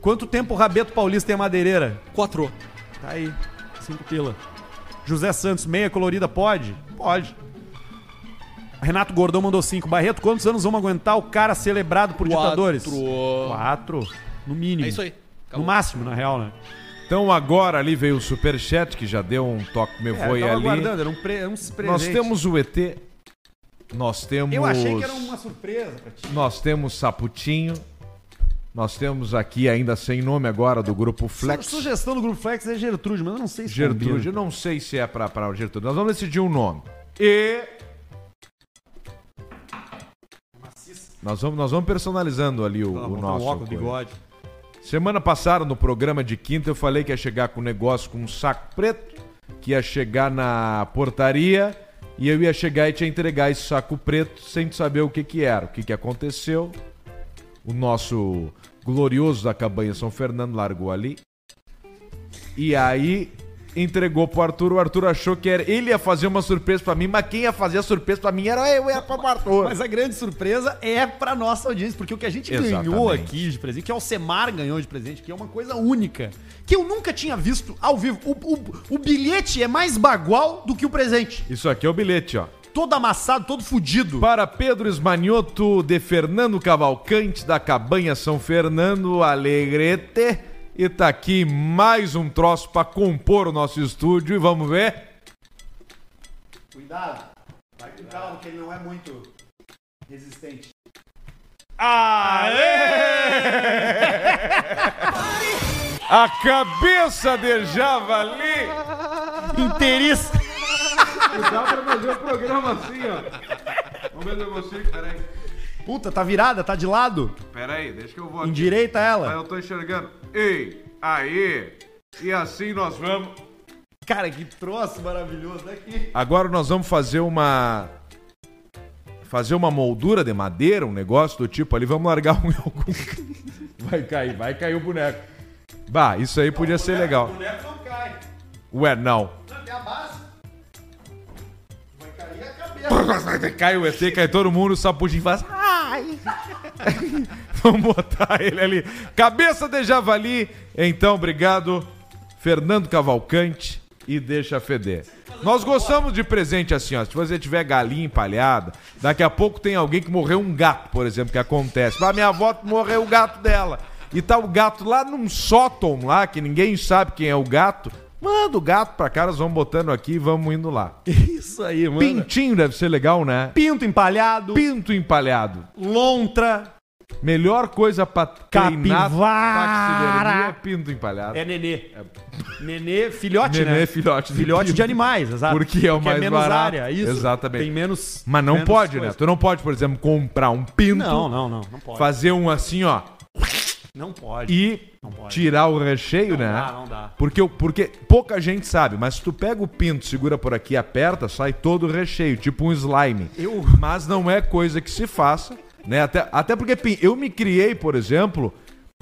B: Quanto tempo o Rabeto Paulista tem a madeireira?
D: Quatro.
B: Tá aí. 5 pila. José Santos, meia colorida, pode? Pode. Renato Gordão mandou 5. Barreto, quantos anos vamos aguentar o cara celebrado por ditadores?
D: Quatro.
B: 4. No mínimo.
D: É isso aí.
B: No
D: Acabou.
B: máximo, na real, né?
A: Então agora ali veio o superchat, que já deu um toque me
B: É,
A: foi
B: eu tava
A: ali.
B: aguardando, era um, pre, era um presente.
A: Nós temos o ET. Nós temos.
B: Eu achei que era uma surpresa pra ti.
A: Nós temos Saputinho. Nós temos aqui ainda sem nome agora do grupo Flex.
B: Su- Sugestão do Grupo Flex é Gertrude, mas eu não sei se
A: Gertrude, eu
B: combina.
A: não sei se é pra, pra Gertrude. Nós vamos decidir um nome. E. Nós vamos, nós vamos personalizando ali o,
B: Ela
A: o
B: botou
A: nosso.
B: um óculos,
A: coisa.
B: bigode.
A: Semana passada, no programa de quinta, eu falei que ia chegar com um negócio com um saco preto, que ia chegar na portaria e eu ia chegar e te entregar esse saco preto sem te saber o que que era, o que que aconteceu. O nosso glorioso da cabanha São Fernando largou ali. E aí entregou pro Arthur, o Arthur achou que era, ele ia fazer uma surpresa pra mim, mas quem ia fazer a surpresa pra mim era eu, era pro Arthur.
B: Mas a grande surpresa é pra nossa audiência, porque o que a gente ganhou
A: Exatamente.
B: aqui de presente, que é o Alcemar ganhou de presente, que é uma coisa única, que eu nunca tinha visto ao vivo. O, o- o bilhete é mais bagual do que o presente.
A: Isso aqui é o bilhete, ó.
B: Todo amassado, todo fudido.
A: Para Pedro Esmanioto de Fernando Cavalcante, da Cabanha São Fernando, Alegrete. E tá aqui mais um troço pra compor o nosso estúdio e vamos ver.
B: Cuidado. Vai com calma, que ele não é muito resistente.
A: A cabeça de javali!
B: Interesse.
A: Dá pra fazer o programa assim, ó. Vamos ver se eu consigo, peraí.
B: Puta, tá virada, tá de lado.
A: Peraí, deixa que eu vou
B: Endireita ela.
A: tô enxergando. Ei, aí. E assim nós vamos.
B: Cara, que troço maravilhoso né? daqui.
A: Agora nós vamos fazer uma. Fazer uma moldura de madeira, um negócio do tipo ali, vamos largar um em algum. Vai cair, vai cair o boneco. Bah, isso aí podia ser legal. O boneco não cai. Ué, não. Vai cair o ET, cai todo mundo, o sapudim faz. Ai! Vamos botar ele ali. Cabeça de javali. Então, obrigado, Fernando Cavalcante. E deixa feder. Nós gostamos de presente assim, ó. Se você tiver galinha empalhada, daqui a pouco tem alguém que morreu um gato, por exemplo, que acontece. Ah, minha avó morreu o gato dela. e tá o gato lá num sótão lá, que ninguém sabe quem é o gato. Manda o gato pra cá, nós vamos botando aqui e vamos indo lá.
B: Isso aí, mano.
A: Pintinho deve ser legal, né?
B: Pinto empalhado.
A: Pinto empalhado.
B: Lontra.
A: Melhor coisa pra treinar taxidermia é
B: Capivara.
A: pinto empalhado.
B: É nenê. Nenê, filhote,
A: É. Nenê
B: né?
A: é filhote de
B: Filhote
A: pinto.
B: de animais, exato.
A: Porque é o mais
B: menos
A: barato.
B: área, isso.
A: Exatamente.
B: Tem menos...
A: Mas não
B: menos
A: pode,
B: coisa.
A: né? Tu não pode, por exemplo, comprar um pinto.
B: Não, não, não. Não pode.
A: Fazer um assim, ó,
B: Não pode.
A: e
B: Não pode.
A: tirar o recheio, né?
B: dá, não dá.
A: Porque, o- porque pouca gente sabe, mas se tu pega o pinto, segura por aqui, aperta, sai todo o recheio, tipo um slime.
B: Eu-
A: Mas não é coisa que se faça, né? Até, até porque pin- eu me criei, por exemplo,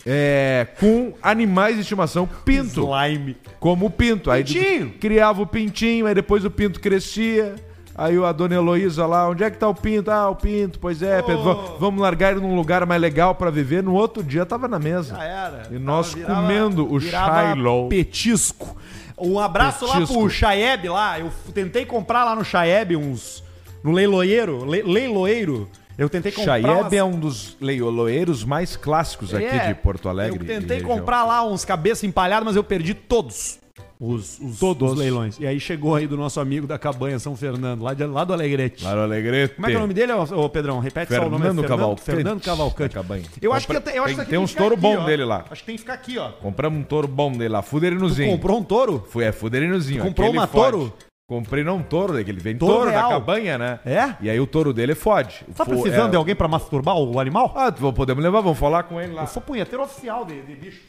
A: é, com animais de estimação pinto.
B: Slime.
A: Como o pinto. Aí
B: Pintinho.
A: tu criava o pintinho, aí depois o pinto crescia. Aí a dona Heloísa lá, onde é que tá o pinto? Ah, o pinto, pois é, Pedro, vamos, vamos largar ele num lugar mais legal pra viver. No outro dia tava na mesa.
B: Já era.
A: E nós
B: Virava-
A: comendo o
B: virava
A: Shiloh.
B: Petisco. Um abraço
A: Petisco.
B: lá pro Chaeb lá. Eu f- tentei comprar lá no Chaeb uns. No leiloeiro. le- leiloeiro. Eu tentei comprar. umas-
A: Chayeb é um dos leiloeiros mais clássicos aqui
B: É,
A: de Porto Alegre.
B: Eu
A: e
B: tentei
A: região.
B: comprar lá uns cabeça empalhada, mas eu perdi todos. Os, os,
A: Todos.
B: os leilões. E aí chegou aí do nosso amigo da cabanha São Fernando, lá, de, lá do Alegrete.
A: Lá no Alegrete.
B: Como é que é o nome dele, ô, ô, Pedrão? Repete só o nome é
A: Fernando Cavalcante.
B: Fernando Cavalcante.
A: Da Cabanha.
B: Eu acho que,
A: Compre-
B: até- eu acho
A: tem,
B: que
A: tem
B: que
A: uns
B: ficar
A: touro
B: aqui,
A: bom
B: ó.
A: dele lá.
B: Acho que tem que ficar aqui, ó.
A: Compramos um touro bom dele lá. Fuderinozinho.
B: Comprou um touro?
A: Foi, é fuderinozinho.
B: Tu comprou
A: aquele
B: uma
A: fode.
B: touro?
A: Comprei não um touro, daquele vem
B: Touro
A: touro,
B: real?
A: da cabanha, né?
B: É?
A: E aí o touro dele fode.
B: Tá
A: Fo-
B: precisando de
A: é...
B: alguém pra masturbar o animal?
A: Ah, tu- podemos levar, vamos falar com ele lá.
B: Eu sou punheteiro oficial de, de bicho.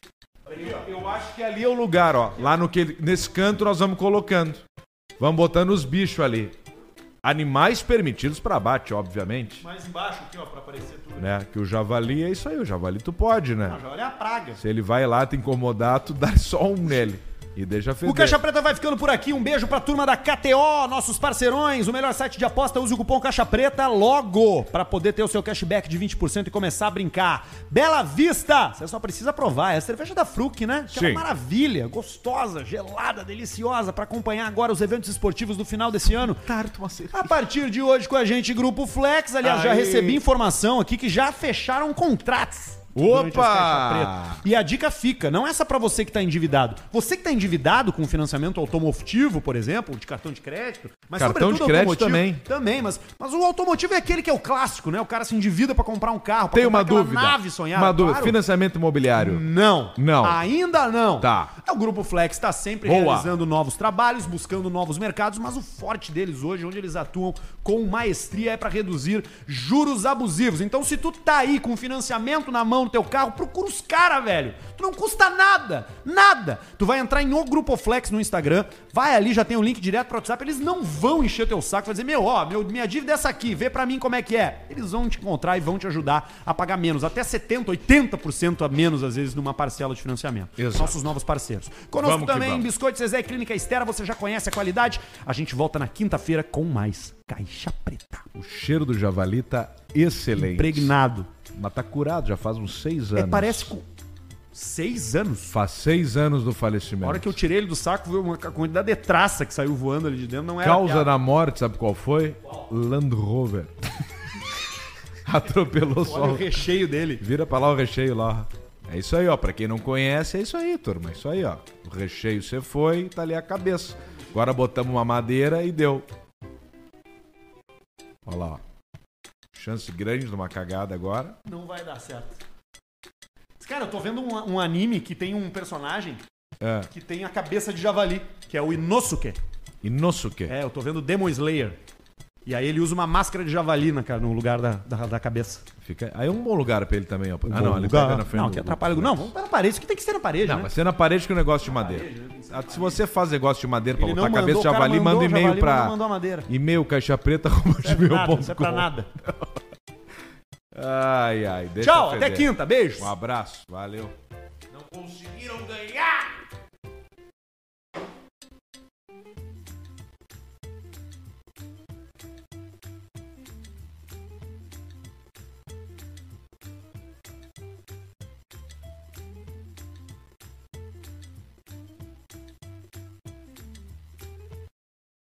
A: Eu acho que ali é o lugar, ó. Lá no que, nesse canto nós vamos colocando. Vamos botando os bichos ali. Animais permitidos pra abate, obviamente.
B: Mais embaixo aqui, ó, pra aparecer tudo.
A: Né? Que o javali é isso aí, o javali tu pode, né?
B: Olha a praga.
A: Se ele vai lá te incomodar, tu dá só um nele. E deixa feder.
B: O é Caixa Preta vai ficando por aqui. Um beijo pra turma da KTO, nossos parceirões, o melhor site de aposta. Use o cupom Caixa Preta logo pra poder ter o seu cashback de 20% e começar a brincar. Bela Vista! Você só precisa provar. É a cerveja da Fruc, né? Aquela
A: Sim.
B: maravilha, gostosa, gelada, deliciosa pra acompanhar agora os eventos esportivos do final desse ano. A partir de hoje com a gente, Grupo Flex. Aliás, já
A: Aí.
B: recebi informação aqui que já fecharam contratos. durante as Caixa Preta.
A: Opa!
B: E a dica fica, não é só pra você que tá endividado. Você que tá endividado com financiamento automotivo, por exemplo, de cartão de crédito, mas
A: Cartão de crédito
B: automotivo,
A: também.
B: Também, mas, mas o automotivo é aquele que é o clássico, né? O cara se endivida pra comprar um carro, pra
A: Tem
B: comprar
A: uma
B: aquela
A: dúvida.
B: nave sonhada.
A: uma dúvida.
B: claro.
A: Financiamento imobiliário.
B: Não.
A: Não.
B: Ainda não. É,
A: Tá.
B: O Grupo Flex está sempre
A: Boa.
B: realizando novos trabalhos, buscando novos mercados, mas o forte deles hoje, onde eles atuam com maestria, é para reduzir juros abusivos. Então, se tu tá aí com financiamento na mão do teu carro, procura os caras, velho. Tu não custa nada. Nada. Tu vai entrar em o Grupo Flex no Instagram, vai ali, já tem o link direto pro WhatsApp, eles não vão encher teu saco, vai dizer, meu, ó, meu, minha dívida é essa aqui, vê pra mim como é que é. Eles vão te encontrar e vão te ajudar a pagar menos, até 70%, 80% a menos, às vezes, numa parcela de financiamento.
A: Exato.
B: Nossos novos parceiros. Conosco
A: Vamos que
B: também,
A: vamos.
B: Biscoito Zezé e Clínica Estera, você já conhece a qualidade. A gente volta na quinta-feira com mais Caixa Preta.
A: O cheiro do javali tá excelente.
B: Impregnado.
A: Mas tá curado, já faz uns seis
B: É,
A: anos.
B: parece com seis anos.
A: Faz seis anos do
B: A
A: falecimento.
B: hora que eu tirei ele do saco, viu uma quantidade de traça que saiu voando ali de dentro, não era
A: Causa
B: piada.
A: da morte, sabe qual foi? Land Rover. Atropelou
B: Olha o
A: só.
B: recheio dele.
A: Vira pra lá o recheio lá. É isso aí, ó. Pra quem não conhece, é isso aí, turma. É isso aí, ó. O recheio você foi, tá ali a cabeça. Agora botamos uma madeira e deu. Olha lá, ó. Chance grande de uma cagada agora.
B: Não vai dar certo. Cara, eu tô vendo um, um anime que tem um personagem
A: É.
B: que tem a cabeça de javali, que é o Inosuke.
A: E nosso que?
B: É, eu tô vendo Demon Slayer. E aí ele usa uma máscara de javali na, ca- no lugar da, da, da cabeça.
A: Fica... Aí é um bom lugar pra ele também, ó. ah,
B: bom
A: não, ele
B: lugar.
A: pega na frente.
B: Não,
A: do-
B: que
A: do-
B: atrapalha. o- Não, vamos para a parede. Isso que tem que ser na parede,
A: Não,
B: né?
A: vai ser na parede que o negócio de madeira. Ah, Se você faz negócio de madeira pra
B: Ele
A: botar tá a
B: não
A: cabeça
B: mandou,
A: de
B: o cara
A: javali,
B: mandou
A: manda um
B: o
A: e-mail
B: javali, mas
A: pra.
B: não mandou a madeira.
A: E-mail caixapreta
B: Nada, isso é pra nada.
A: Ai, ai. deixa
B: Tchau,
A: feder.
B: até quinta. Beijos.
A: Um abraço, valeu.
B: Conseguiram ganhar!